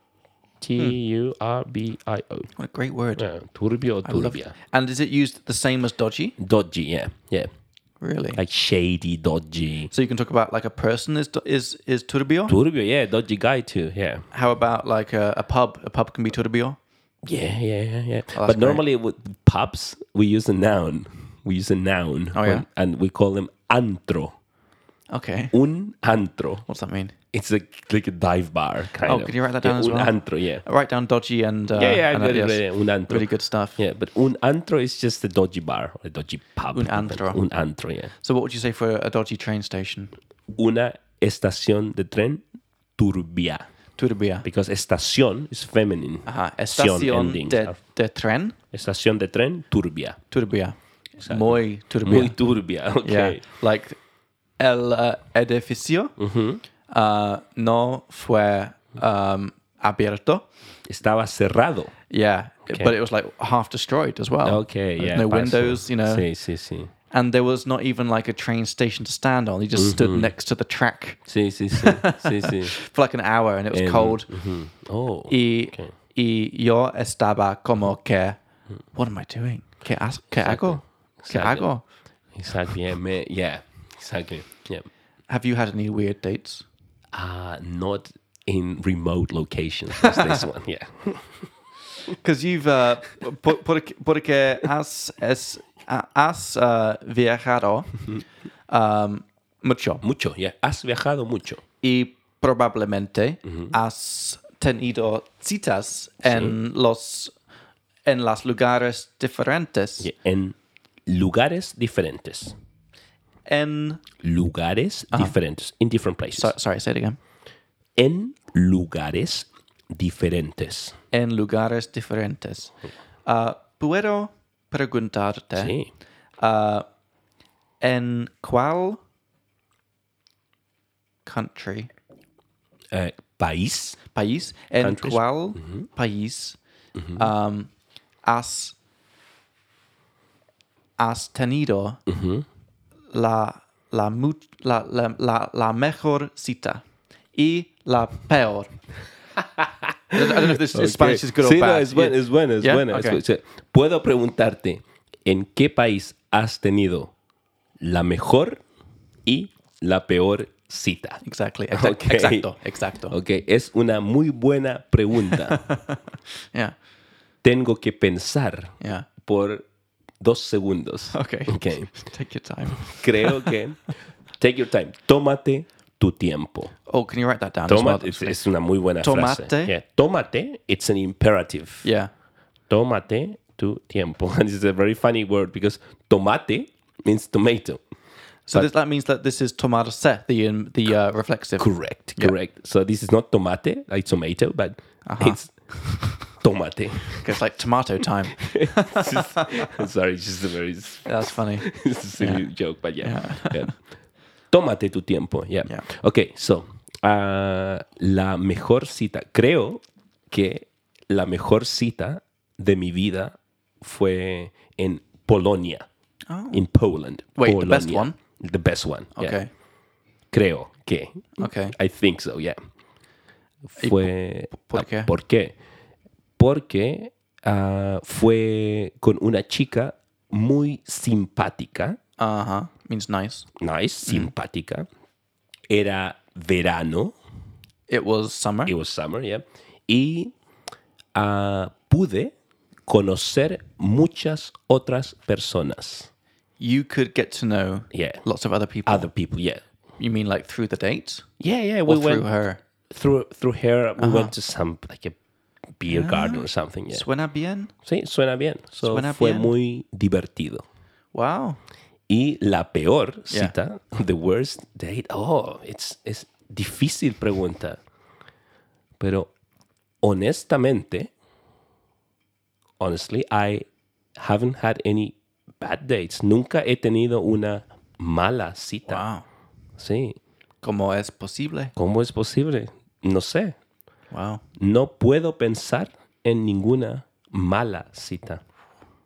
S2: T U R B I O.
S1: What a great word.
S2: Yeah, Turbio,
S1: I love-
S2: turbia.
S1: And is it used the same as dodgy?
S2: Dodgy, yeah, yeah.
S1: Really?
S2: Like shady, dodgy.
S1: so you can talk about like a person is do- is is turbio.
S2: Turbio, yeah, dodgy guy too, yeah.
S1: How about like a, a pub? A pub can be turbio.
S2: Yeah, yeah, yeah, yeah.
S1: Oh, that's
S2: but normally with pubs, we use a noun. We use a noun.
S1: Oh, yeah?
S2: and we call them antro.
S1: Okay.
S2: Un antro.
S1: What's that mean?
S2: It's like, like a dive bar, kind
S1: Oh,
S2: of.
S1: can you write that
S2: Yeah,
S1: down as
S2: un
S1: well?
S2: antro, yeah.
S1: I write down dodgy and uh,
S2: yeah, yeah,
S1: and,
S2: I
S1: uh,
S2: got it,
S1: yes.
S2: yeah, un antro.
S1: really good stuff.
S2: Yeah, but un antro is just a dodgy bar or a dodgy pub.
S1: Un antro.
S2: Un antro, yeah.
S1: So what would you say for a dodgy train station?
S2: Una estación de tren turbia.
S1: Turbia.
S2: Because estación is feminine.
S1: Aha.
S2: Sion
S1: Estación
S2: ending.
S1: de, de tren.
S2: Estación de tren turbia.
S1: Turbia. Muy turbia.
S2: Muy turbia,
S1: yeah.
S2: okay.
S1: Like el uh, edificio
S2: Mm-hmm.
S1: uh, no fue um, abierto.
S2: Estaba cerrado.
S1: Yeah, but it was like half destroyed as well.
S2: Okay,
S1: There was
S2: yeah.
S1: no
S2: paso.
S1: windows, you know,
S2: Sí, sí, sí.
S1: and there was not even like a train station to stand on. You
S2: Mm-hmm.
S1: just stood next to the track
S2: Sí, sí, sí. sí, sí.
S1: for like an hour, and it was
S2: En-
S1: cold.
S2: Ujú. Oh.
S1: Y,
S2: okay.
S1: y yo estaba como que, what am I doing? ¿Qué, has- qué hago? ¿Qué
S2: Exactly.
S1: hago?
S2: Exactly. Yeah, me, yeah. Exactly. Yeah.
S1: Have you had any weird dates?
S2: Uh, not in remote locations. as this one. Yeah.
S1: Because you've uh, por- por- porque has es has uh, viajado um, mucho
S2: Mucho. Yeah. Has viajado mucho.
S1: y probablemente has tenido citas en los en las lugares diferentes
S2: Yeah. En lugares diferentes.
S1: en
S2: Lugares diferentes. In different places.
S1: so- sorry say it again
S2: en lugares diferentes.
S1: en lugares diferentes Uh, puedo preguntarte
S2: Oh. Sí.
S1: en cuál country
S2: Eh, país.
S1: país en
S2: Countries. Mm-hmm.
S1: cuál país um, has has tenido
S2: Mm-hmm.
S1: la, la, mu- la, la, la, la mejor cita y la peor. I don't I don't know if this is Spanish is good
S2: sí,
S1: or bad.
S2: No, es buena,
S1: Yeah.
S2: es buena, es
S1: Yeah?
S2: buena. es
S1: Okay.
S2: buena. O sea, puedo preguntarte, ¿en qué país has tenido la mejor y la peor cita?
S1: Exactly. Exacto.
S2: Okay.
S1: Exacto. Exacto.
S2: Ok, es una muy buena pregunta.
S1: Yeah.
S2: Tengo que pensar
S1: Yeah.
S2: por dos segundos.
S1: Okay.
S2: Ok.
S1: Take your time.
S2: Creo que... Take your time. Tómate tu tiempo.
S1: Oh, can you write that down? as well?
S2: Tómate, es, es una muy buena
S1: Tomate.
S2: frase. Yeah. Tómate, it's an imperative.
S1: Yeah.
S2: tomate tu tiempo. And it's a very funny word because tomate means tomato.
S1: So this, that means that this is tomar se, the um, the uh, reflexive.
S2: Correct, correct. So this is not tomate, like tomato, but it's tomate.
S1: It's like tomato time.
S2: It's just- I'm sorry, it's just a very s-
S1: That's funny.
S2: silly joke, but yeah. yeah. Tómate tu tiempo, yeah.
S1: Yeah.
S2: Okay, so uh, la mejor cita, creo que la mejor cita de mi vida fue en Polonia. in Poland.
S1: Oh. Wait, the best
S2: Polonia.
S1: one?
S2: The best one. yeah.
S1: Okay.
S2: Creo que.
S1: Okay.
S2: I think so, yeah. Fue.
S1: por
S2: ah,
S1: qué?
S2: ¿Por qué? Porque ah, fue con una chica muy simpática.
S1: Uh huh. Means nice.
S2: Nice,
S1: Mm.
S2: simpática. Era verano.
S1: It was summer.
S2: It was summer, yeah. Y ah, pude conocer muchas otras personas.
S1: You could get to know
S2: Yeah. Uh,
S1: lots of other people.
S2: Other people, yeah.
S1: you mean like through the date
S2: Yeah, yeah.
S1: or
S2: We went
S1: through her? Uh-huh.
S2: through through her we went to some like a beer garden or something yeah
S1: Suena bien.
S2: sí suena bien so
S1: Ah. Suena
S2: fue
S1: bien.
S2: muy divertido
S1: Wow.
S2: y la peor
S1: Yeah.
S2: cita the worst date oh it's es difícil pregunta pero honestamente honestly I haven't had any bad dates nunca he tenido una mala cita
S1: Wow.
S2: sí
S1: Como es posible?
S2: cómo es posible no sé
S1: Wow.
S2: no puedo pensar en ninguna mala cita.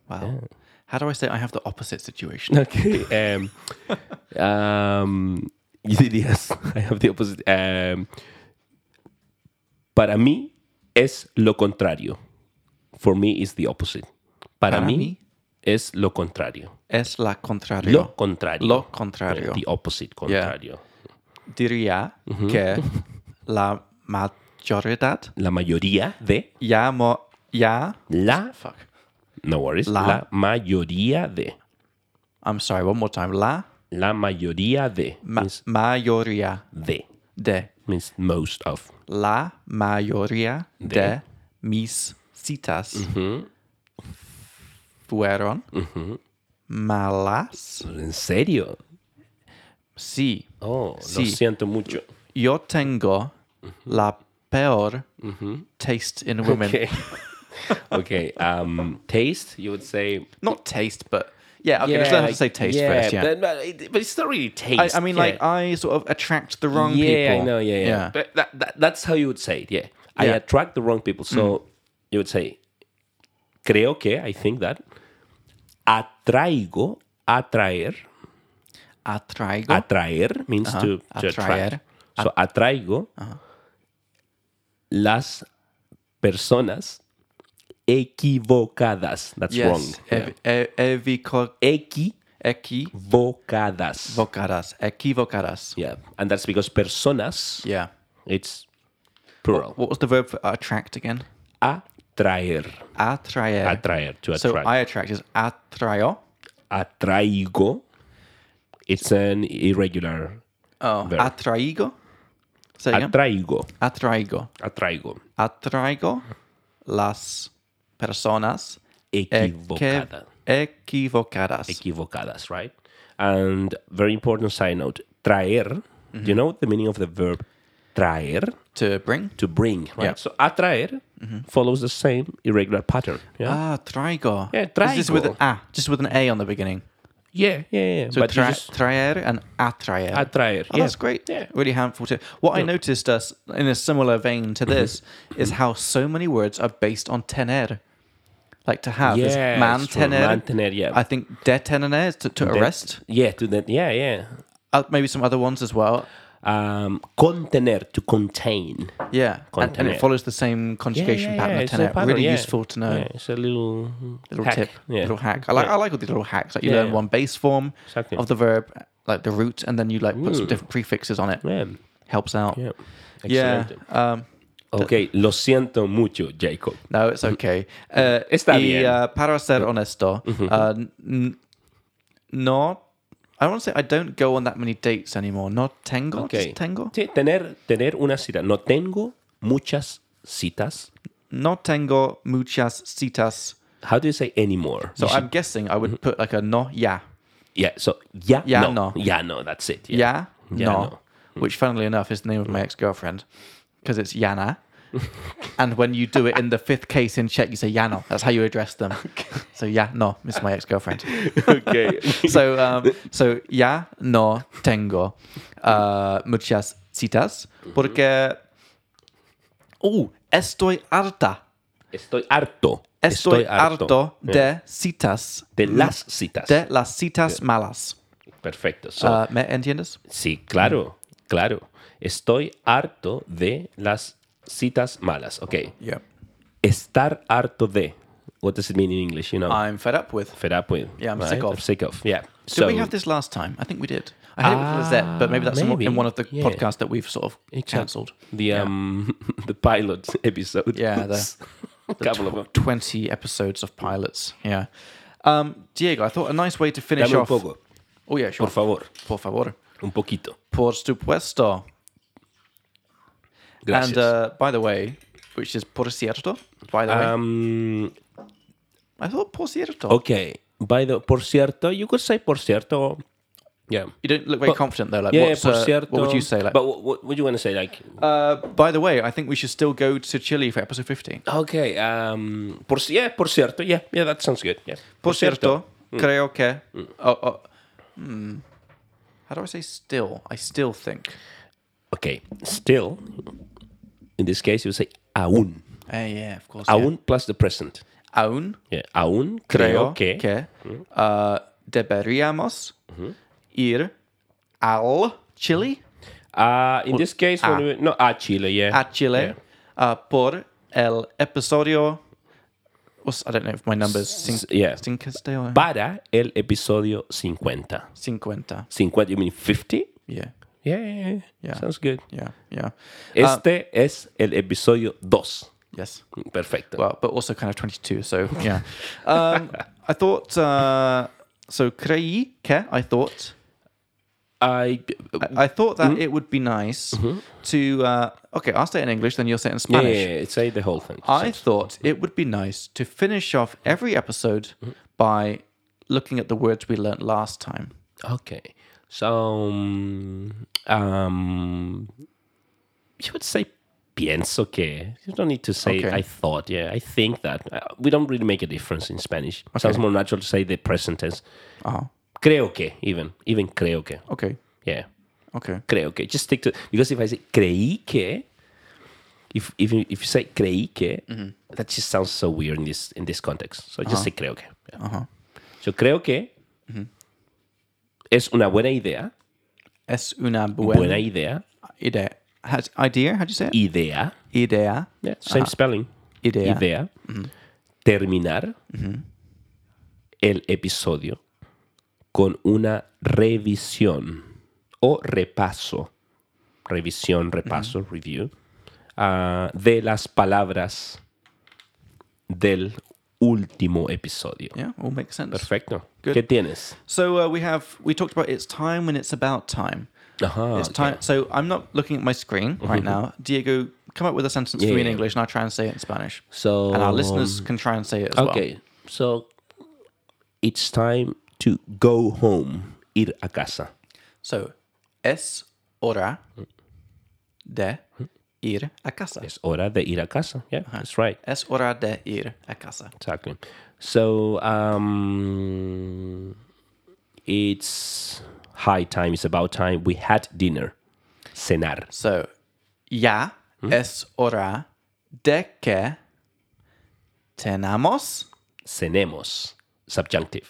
S1: Wow. How do I say I have the opposite situation?
S2: Ok. em, um, you did yes, I have the opposite. em, Para mí es lo contrario. For me is the opposite. Para,
S1: Para
S2: mí,
S1: mí.
S2: es lo contrario.
S1: Es la contrario.
S2: Lo contrario. Eh,
S1: Lo contrario.
S2: The opposite, contrario.
S1: Diría
S2: Mm-hmm.
S1: que la mayoría
S2: La mayoría de
S1: ya, mo- ya.
S2: la
S1: Fuck.
S2: No worries.
S1: La-
S2: La, mayoría de.
S1: I'm sorry, one more time. La
S2: La mayoría de.
S1: ma-
S2: means
S1: mayoría
S2: de.
S1: de.
S2: Means most of.
S1: La mayoría de,
S2: De.
S1: mis citas
S2: Hmm,
S1: fueron malas.
S2: ¿En serio?
S1: Sí,
S2: Oh,
S1: Sí.
S2: lo siento mucho.
S1: yo tengo la peor taste in women.
S2: Mm-hmm. Okay. okay. Um, taste, you would say.
S1: Not taste, but yeah. Okay, let's let her say taste first. Yeah,
S2: But, but it- but it's not really
S1: I,
S2: taste.
S1: I mean,
S2: yeah.
S1: like I sort of attract the wrong
S2: yeah,
S1: people.
S2: I know. Yeah, yeah. But that, that, that's how you would say it. Yeah. I
S1: Yeah. Mm.
S2: attract the wrong people. So you would say, creo que, I think that, atraigo, atraer,
S1: Atraigo.
S2: atraer means to, to
S1: Atraer.
S2: attract. So atraigo las personas equivocadas. That's
S1: yes.
S2: wrong.
S1: Ev- e- evico- equivocadas.
S2: Equivocadas.
S1: Equivocadas.
S2: yeah. And that's because personas,
S1: Yeah.
S2: it's plural.
S1: What was the verb for attract again?
S2: Atraer.
S1: Atraer.
S2: Atraer, to
S1: So
S2: attract.
S1: I attract is atrayo.
S2: atraigo. It's an irregular
S1: Oh,
S2: verb.
S1: atraigo. Say again.
S2: Atraigo.
S1: Atraigo.
S2: Atraigo.
S1: Atraigo las personas
S2: Equivocada.
S1: eque- equivocadas.
S2: Equivocadas, right? And very important side note. Traer. Do you know the meaning of the verb traer?
S1: to bring.
S2: To bring, right?
S1: Yeah.
S2: So atraer follows the same irregular pattern. Yeah.
S1: Ah, traigo.
S2: Yeah,
S1: Is this with an
S2: traigo.
S1: ah, just with an a on the beginning.
S2: yeah, yeah, yeah.
S1: So
S2: but you
S1: tra-
S2: just
S1: traer and atraer.
S2: atraer.
S1: Oh,
S2: yeah.
S1: That's great.
S2: Yeah.
S1: Really helpful too. What I noticed uh, s- in a similar vein to this is how so many words are based on tener. Like to have is
S2: Yeah,
S1: man
S2: it's true.
S1: tener.
S2: Mantener, yeah.
S1: I think detener is to, to arrest.
S2: Yeah, to that. Yeah, yeah.
S1: Uh, maybe some other ones as well.
S2: Um, contener, to contain.
S1: Yeah. And, and it
S2: Contener.
S1: follows the same conjugation pattern of
S2: it's a
S1: tener.
S2: pattern,
S1: really
S2: yeah.
S1: useful to know.
S2: Yeah, it's a little
S1: Little
S2: hack,
S1: tip,
S2: yeah.
S1: little hack. I like I like all these little hacks. Like you
S2: Yeah,
S1: learn
S2: yeah.
S1: one base form
S2: Exactly.
S1: of the verb, like the root, and then you like put some different prefixes on it.
S2: Yeah,
S1: Helps out.
S2: yeah.
S1: Yeah.
S2: Excelente.
S1: Um,
S2: Okay, lo siento mucho, Jacob.
S1: No, it's
S2: Mm-hmm.
S1: okay. Uh,
S2: Está
S1: y,
S2: bien.
S1: uh, para ser honesto,
S2: Mm-hmm.
S1: uh, n- no, I want to say I don't go on that many dates anymore. No tengo,
S2: Okay.
S1: just Pues tengo.
S2: Sí, tener, tener una cita. No tengo muchas citas.
S1: No tengo muchas citas.
S2: How do you say anymore?
S1: So
S2: You should-
S1: I'm guessing I
S2: Mm-hmm.
S1: would put like a no, ya,
S2: yeah, so ya,
S1: Ya
S2: no.
S1: no.
S2: Ya no, that's it. Yeah.
S1: ya, no,
S2: Ya, no. Mm-hmm.
S1: which funnily enough is the name of my ex-girlfriend because it's Yana. and when you do it in the fifth case in Czech, you say Jano. That's how you address them. So ya, no, it's my ex-girlfriend.
S2: okay.
S1: so um, so ya no tengo uh, muchas citas
S2: Mhm.
S1: porque oh estoy harta
S2: Estoy harto.
S1: estoy, harto, de
S2: Yeah.
S1: citas
S2: de las citas.
S1: de las citas malas
S2: Perfecto. So,
S1: uh, me entiendes
S2: Sí, claro, claro. Estoy harto de las citas malas. Okay.
S1: yeah
S2: Estar harto de. What does it mean in English? You know,
S1: I'm fed up with
S2: fed up with.
S1: Ah. Yeah, I'm
S2: right?
S1: sick of.
S2: sick of. Yeah.
S1: did we have this last time I think we did I had it with
S2: Ah,
S1: Lizette but maybe that's in- in
S2: maybe.
S1: one of the
S2: Yeah.
S1: podcasts that we've sort of
S2: Exact-
S1: cancelled
S2: the um the pilot episode.
S1: Yeah, the-
S2: a couple of them.
S1: 20 episodes of pilots yeah um, Diego I thought a nice way to finish
S2: Dame un
S1: off
S2: poco,
S1: oh yeah sure
S2: por favor,
S1: por favor
S2: un poquito.
S1: Por supuesto. And
S2: Gracias.
S1: uh, by the way, which is por cierto. By the way,
S2: um,
S1: I thought por cierto.
S2: okay. By the por cierto, you could say por cierto. Yeah.
S1: You don't look very confident though. Like,
S2: Yeah,
S1: what's,
S2: por
S1: uh,
S2: cierto.
S1: what would you say? Like,
S2: but what, what would you want to say? Like,
S1: uh, by the way, I think we should still go to Chile for episode
S2: Ah,
S1: 50.
S2: Okay. Um. Por yeah. Por cierto. Yeah. Yeah. That sounds good. Yeah.
S1: Por cierto,
S2: Mm.
S1: creo que. Oh, oh. Hmm. How do I say still? I still think.
S2: Okay. Still. In this case, you would say aún.
S1: Eh, yeah, of course.
S2: Aún plus the present.
S1: yeah. Aún
S2: Yeah. Aún creo, que, mm. Mm-hmm.
S1: uh, deberíamos ir al Chile.
S2: Ah,
S1: ah.
S2: Uh, in this case, when we, no, a Chile. Yeah.
S1: at Chile uh, por el episodio. what's- I don't know if my numbers.
S2: S-
S1: Cin-
S2: yeah.
S1: Cincasteo.
S2: Para el episodio 50.
S1: 50.
S2: 50, you mean 50?
S1: Yeah.
S2: Yeah, yeah, yeah.
S1: Yeah.
S2: Sounds good.
S1: Yeah. Yeah. Uh,
S2: Este es el episodio 2.
S1: yes.
S2: Perfecto.
S1: Well, but also kind of 22. So, yeah. um, I thought. Uh, so, creí que I thought.
S2: I,
S1: I thought that
S2: Mm-hmm.
S1: it would be nice to. Uh, okay, I'll say it in English, then you'll say it in
S2: yeah,
S1: Spanish.
S2: yeah, yeah, say the whole thing.
S1: I thought it would be nice to finish off every episode
S2: Mm-hmm.
S1: by looking at the words we learnt last time.
S2: Okay. So, um, um, you would say pienso que. You don't need to say
S1: Okay.
S2: I thought. Yeah, I think that. Uh, we don't really make a difference in Spanish. Sounds more natural to say the present tense.
S1: Oh,
S2: Creo que, even. Even creo que.
S1: okay,
S2: Yeah.
S1: okay,
S2: Creo que. Just stick to. Because if I say creí que, if, if, you, if you say creí que, that just sounds so weird in this in this context. So just say creo que. Yeah.
S1: uh huh.
S2: Yo creo que es una buena idea.
S1: Es una buena,
S2: Buena idea.
S1: idea. How, idea? How do you say it?
S2: idea.
S1: idea.
S2: Yeah, same spelling.
S1: Idea.
S2: Idea. Terminar el episodio con una revisión o repaso. Revisión, repaso, review. ah, de las palabras del último episodio.
S1: Yeah, all makes sense.
S2: Perfecto.
S1: Good.
S2: ¿Qué tienes?
S1: So uh, we have we talked about it's time when it's about time.
S2: Ajá,
S1: It's
S2: ok.
S1: time. So I'm not looking at my screen right now. Diego, come up with a sentence for me in
S2: Yeah.
S1: English, and I'll try and say it in Spanish.
S2: So,
S1: and our listeners can try and say it as well.
S2: Okay, so it's time to go home, ir a casa.
S1: So, es hora
S2: Mm.
S1: de ir a casa.
S2: Es hora de ir a casa. Yeah, that's right.
S1: Es hora de ir a casa.
S2: Exactly. So um, it's high time. It's about time. We had dinner. Cenar.
S1: So, ya
S2: Hmm?
S1: es hora de que tenemos,
S2: Cenemos. Subjunctive.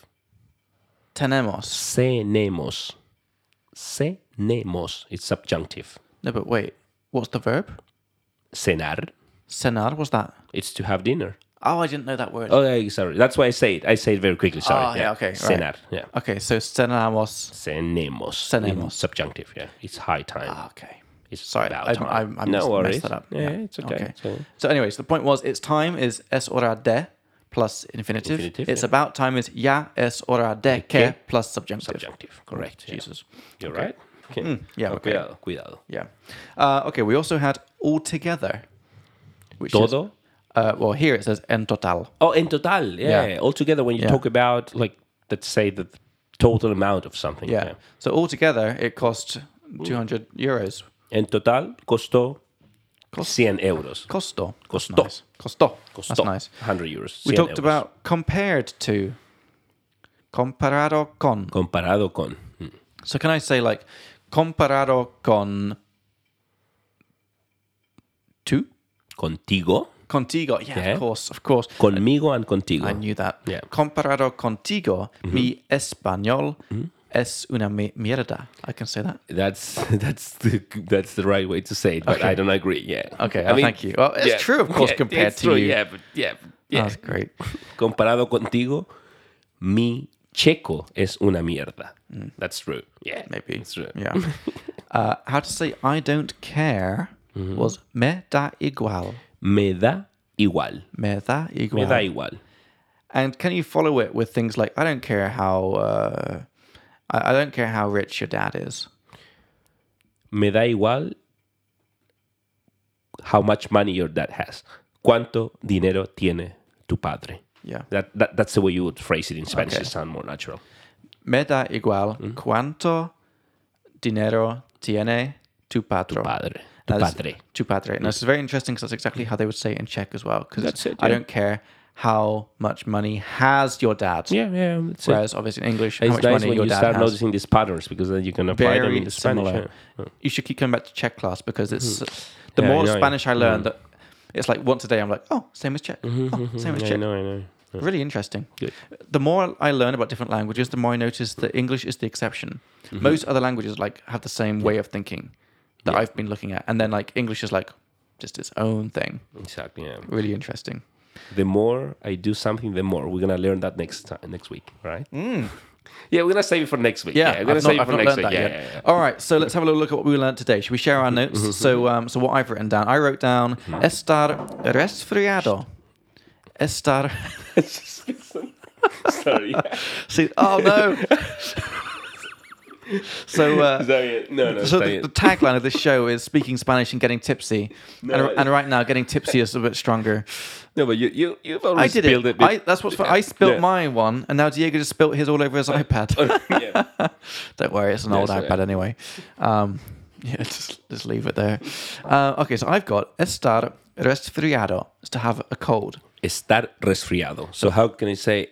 S1: tenemos.
S2: Cenemos. Cenemos. It's subjunctive.
S1: No, but wait, what's the verb?
S2: Cenar.
S1: Cenar, what's that?
S2: It's to have dinner.
S1: Oh, I didn't know that word.
S2: Oh, yeah, sorry. That's why I say it. I say it very quickly. Sorry.
S1: Ah, yeah, okay, right.
S2: Cenar. Yeah.
S1: Okay, so cenamos.
S2: Cenemos.
S1: Cenemos.
S2: In Subjunctive, yeah. It's high time.
S1: Ah, Okay.
S2: it's
S1: Sorry,
S2: about
S1: I,
S2: time.
S1: I, I messed,
S2: no
S1: messed
S2: worries.
S1: that up.
S2: Yeah, it's okay. So,
S1: So, anyways, the point was, it's time is es hora de plus infinitive.
S2: Infinitive,
S1: it's
S2: yeah.
S1: about time is ya es hora de que
S2: que.
S1: plus subjunctive.
S2: subjunctive, correct. yeah.
S1: Jesus.
S2: You're right. Okay.
S1: yeah,
S2: Oh,
S1: Hmm. okay.
S2: Cuidado, cuidado.
S1: Yeah. Uh, okay. We also had all together. Which is-
S2: Todo.
S1: uh, well, here it says en total.
S2: Oh, in total, yeah.
S1: Yeah.
S2: Altogether, when you
S1: Yeah.
S2: talk about, like, let's say the total amount of something.
S1: Yeah. So all together, it cost 200 euros.
S2: En total, costó 100 euros.
S1: Costo. That's
S2: Costó.
S1: Nice. Costo.
S2: Costó
S1: That's nice.
S2: 100 euros.
S1: We
S2: 100
S1: talked
S2: euros.
S1: about compared to. Comparado con.
S2: Comparado con. Mm.
S1: So can I say like comparado con tú?
S2: Contigo.
S1: Contigo. Yeah,
S2: Yeah.
S1: of course, of course.
S2: Conmigo and contigo.
S1: I knew that.
S2: Yeah. Mm-hmm.
S1: Comparado contigo, mi español es una mi- mierda. I can say that.
S2: That's that's the that's the right way to say it, but I don't agree. Yeah.
S1: Okay,
S2: I
S1: oh, thank you. Well, it's true, of course,
S2: yeah,
S1: compared
S2: it's
S1: to you. Oh,
S2: Yeah, but yeah, but yeah.
S1: That's great.
S2: Comparado contigo, mi checo es una mierda. That's true. Yeah,
S1: Mm. Maybe.
S2: it's true.
S1: Yeah. uh, how to say I don't care
S2: Mm-hmm.
S1: was me da igual.
S2: Me da igual.
S1: Me da igual.
S2: Me da igual.
S1: And can you follow it with things like I don't care how uh, I, I don't care how rich your dad is.
S2: Me da igual. How much money your dad has? ¿Cuánto dinero tiene tu padre?
S1: Yeah.
S2: That, that that's the way you would phrase it in Spanish
S1: Okay.
S2: to sound more natural.
S1: Me da igual
S2: Mm-hmm.
S1: cuánto dinero tiene tu patro.
S2: Padre. Tu
S1: Now, this-
S2: padre.
S1: Tu padre. And this is very interesting because that's exactly how they would say it in Czech as well. Because
S2: That's it,
S1: I
S2: yeah.
S1: don't care how much money has your dad.
S2: Yeah, yeah. that's it.
S1: Whereas obviously in English, how
S2: It's
S1: much
S2: nice
S1: money
S2: when
S1: your
S2: you
S1: dad
S2: start
S1: has.
S2: noticing these patterns because then you can apply them in
S1: Very
S2: the Spanish.
S1: similar.
S2: yeah. Mm-hmm.
S1: You should keep going back to Czech class because it's the
S2: Yeah, I
S1: more
S2: know, yeah. Mm.
S1: Spanish I learn, that it's like once a day I'm like, oh, same as Czech, oh, same as
S2: Mm-hmm, Yeah, I
S1: Czech.
S2: know, I know.
S1: Really interesting.
S2: Good.
S1: The more I learn about different languages, the more I notice that English is the exception.
S2: Mm-hmm.
S1: Most other languages like have the same way of thinking that I've been looking at, and then like English is like just its own thing.
S2: Exactly. Yeah.
S1: Really interesting.
S2: The more I do something, the more we're gonna learn that next time, next week, right? Yeah, we're gonna save it for next week.
S1: Mm. Yeah,
S2: we're gonna
S1: I've
S2: save
S1: not-
S2: it
S1: I've
S2: for
S1: not
S2: next
S1: learned
S2: week.
S1: that yet.
S2: Yeah, yeah, yeah.
S1: All right, so let's have a little look at what we learned today. Should we share our notes? so, um, so what I've written down, I wrote down estar resfriado. Estar.
S2: Sorry.
S1: See, oh no. so, uh,
S2: Sorry. No, no.
S1: so
S2: sorry.
S1: the, the tagline of this show is speaking Spanish and getting tipsy,
S2: No,
S1: and, and right now getting tipsy is a bit stronger.
S2: no, but you, you, you've
S1: I
S2: already
S1: did
S2: spilled
S1: it.
S2: bit-
S1: I, that's what's fun. I spilled
S2: Yeah.
S1: my one, and now Diego just spilled his all over his iPad.
S2: yeah.
S1: Don't worry, it's an old
S2: it's all
S1: iPad anyway. Um, yeah, just just leave it there. Uh, okay, so I've got estar resfriado is to have a cold.
S2: Estar resfriado. So how can I say,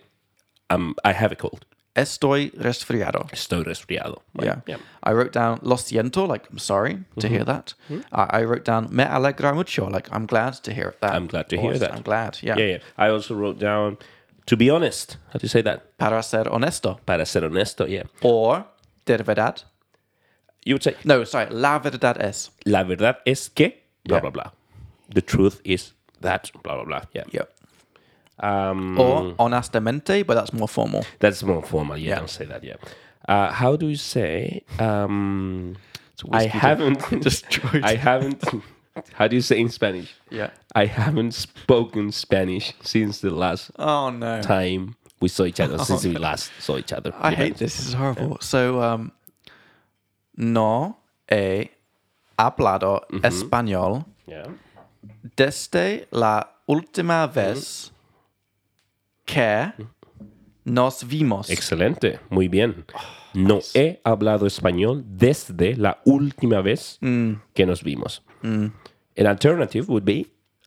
S2: um, I have a cold?
S1: Estoy resfriado.
S2: Estoy resfriado. Like,
S1: Yeah. I wrote down lo siento, like I'm sorry to
S2: Mm-hmm.
S1: hear that. Uh, I, I wrote down me alegra mucho, like I'm glad to hear that.
S2: I'm glad to
S1: Or
S2: hear
S1: just,
S2: that.
S1: I'm glad. Yeah.
S2: yeah, yeah. I also wrote down, to be honest. How do you say that?
S1: Para ser honesto.
S2: Para ser honesto, yeah.
S1: Or de verdad.
S2: You would say,
S1: No, sorry, la verdad es.
S2: la verdad es que, blah,
S1: Yeah.
S2: blah, blah. The truth is that, blah, blah, blah. Yeah.
S1: Yep.
S2: Um,
S1: Or honestamente, but that's more formal.
S2: That's more formal. Yeah,
S1: Yeah.
S2: don't say that. Yeah. Uh, how do you say? Um, I
S1: whiskey
S2: haven't
S1: destroyed.
S2: I haven't. How do you say in Spanish?
S1: Yeah.
S2: I haven't spoken Spanish since the last
S1: Oh no.
S2: time we saw each other. since we last saw each other.
S1: Oh, I
S2: Yeah.
S1: hate this. This is horrible. So, um, no he hablado
S2: Mm-hmm.
S1: español
S2: Yeah.
S1: desde la última
S2: Mm.
S1: vez que nos vimos.
S2: Excelente. Muy bien. No he hablado español desde la última vez
S1: Mm.
S2: que nos vimos. An alternative would be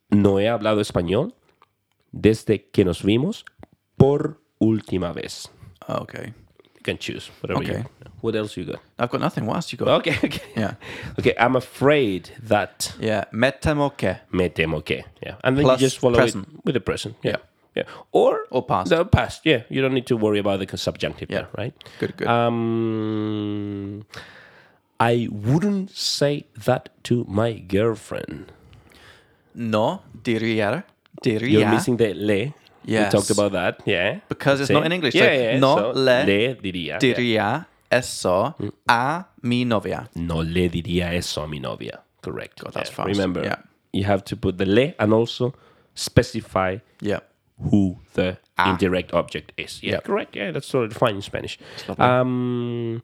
S2: no he hablado español desde que nos vimos por última vez.
S1: Oh, okay.
S2: You can choose whatever you
S1: Okay.
S2: What else you got?
S1: I've got nothing. What else you got?
S2: Okay, okay.
S1: Yeah.
S2: Okay, I'm afraid that
S1: Yeah. Me temo que.
S2: me temo que. Yeah. And then
S1: Plus
S2: you just follow
S1: present.
S2: it with the present. Yeah. Yeah. Or
S1: Or past.
S2: The past, yeah. You don't need to worry about the subjunctive
S1: Yeah.
S2: there, right?
S1: Good, good.
S2: Um I wouldn't say that to my girlfriend.
S1: no diría. Diría.
S2: You're missing the le.
S1: Yes.
S2: We talked about that. Yeah.
S1: Because it's
S2: See?
S1: not in English,
S2: Yeah,
S1: so
S2: yeah.
S1: no
S2: so
S1: le
S2: diría. yeah. Mm.
S1: diría eso a mi novia.
S2: no le diría eso a mi novia. Correct.
S1: that's
S2: Yeah.
S1: fast.
S2: Remember,
S1: Yeah.
S2: you have to put the le and also specify
S1: Yeah.
S2: who the indirect object is. Ah. Yeah,
S1: Yeah.
S2: correct. Yeah, that's totally fine in Spanish. Um,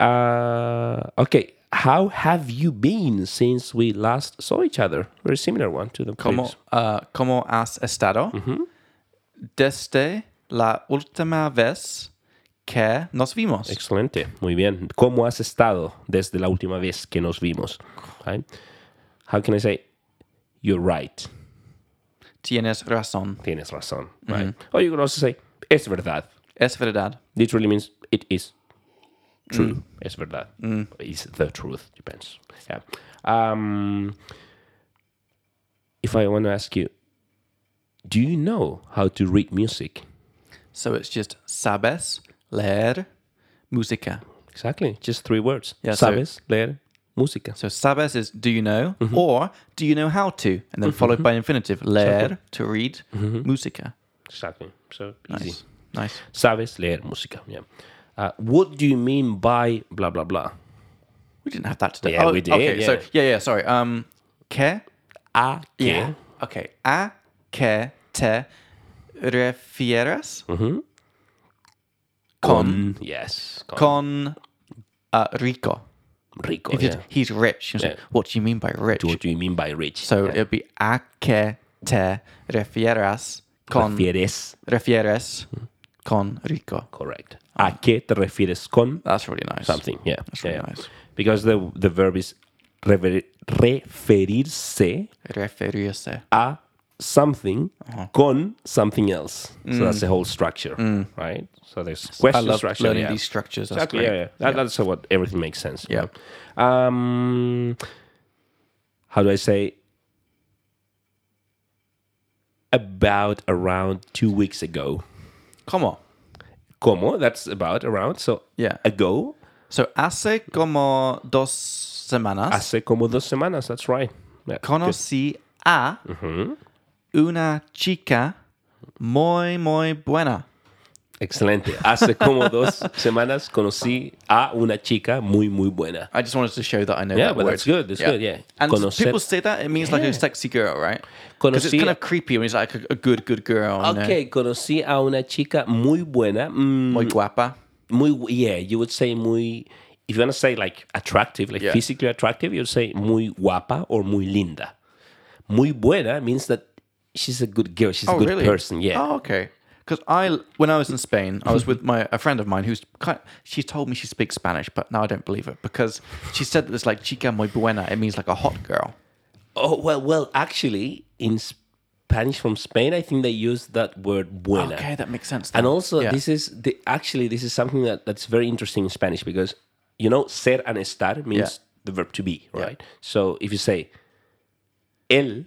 S2: uh, okay. How have you been since we last saw each other? Very similar one to the
S1: ¿Cómo,
S2: previous.
S1: uh, ¿Cómo has estado? Desde la última vez que nos vimos.
S2: Excelente. Muy bien. ¿Cómo has estado desde la última vez que nos vimos? Right? How can I say you're right?
S1: Tienes razón.
S2: Tienes razón. Right? Or you can also say es verdad.
S1: Es verdad.
S2: literally means it is true.
S1: Mm.
S2: Es verdad. It's the truth. Depends. Yeah. Um, if I want to ask you, do you know how to read music?
S1: So it's just sabes leer música.
S2: Exactly. Just three words.
S1: Yeah, so-
S2: Sabes leer música.
S1: So sabes is do you know or do you know how to, and then followed by infinitive leer to read música.
S2: Exactly. So
S1: Nice,
S2: easy.
S1: nice.
S2: Sabes leer música. Yeah. Uh, what do you mean by blah blah blah?
S1: We didn't have that today. Oh,
S2: Yeah, we did,
S1: Okay, so
S2: yeah.
S1: yeah, yeah. Sorry. Um, que
S2: A que
S1: Okay. A que te refieres
S2: Mm-hmm. con, yes con,
S1: con uh, rico?
S2: rico.
S1: If you-
S2: yeah.
S1: He's rich. You say,
S2: Yeah.
S1: what do you mean by rich?
S2: What do you mean by rich?
S1: So it'd be a que te refieres con
S2: refieres
S1: refieres
S2: Hmm.
S1: con rico.
S2: Correct.
S1: Ah.
S2: ¿A qué te refieres con
S1: That's really nice.
S2: something? Yeah.
S1: really
S2: yeah.
S1: nice.
S2: Because the the verb is refer- referirse
S1: Referirse.
S2: a something
S1: Uh-huh.
S2: con something else. So that's the whole structure, right? So there's
S1: Mm. I
S2: question
S1: love
S2: structure.
S1: learning
S2: yeah.
S1: these structures. That's
S2: Exactly.
S1: great.
S2: Yeah, yeah. That, That's how what everything makes sense.
S1: Yeah.
S2: Um, how do I say? About around two weeks ago.
S1: Como.
S2: Como? That's about around. So
S1: Yeah.
S2: ago
S1: So hace como dos semanas.
S2: Hace como dos semanas, that's right. Yeah,
S1: Conocí a una chica muy, muy buena.
S2: Excelente. Hace como dos semanas conocí a una chica muy, muy buena.
S1: I just wanted to show that I know
S2: Yeah,
S1: that
S2: but
S1: word.
S2: that's good, that's good, yeah.
S1: And
S2: Conocer-
S1: people say that it means like
S2: Yeah.
S1: a sexy girl, right? Because it's
S2: Conocí-
S1: kind of creepy when it's like a, a good, good girl. you know?
S2: Ok, conocí a una chica muy buena. mm,
S1: Muy guapa.
S2: muy yeah you would say muy if you want to say like attractive like
S1: Yeah.
S2: physically attractive you'd say muy guapa or muy linda muy buena means that she's a good girl she's a good person yeah
S1: Oh, okay. Because I, when I was in Spain, I was with my a friend of mine who's kind. She told me she speaks Spanish, but now I don't believe it because she said that it's like chica muy buena. It means like a hot girl.
S2: oh well well actually in spanish from spain i think they use that word buena
S1: Okay, that makes sense. then.
S2: and also
S1: Yeah.
S2: this is the actually this is something that, that's very interesting in spanish because you know ser and estar means
S1: Yeah.
S2: the verb to be right so if you say él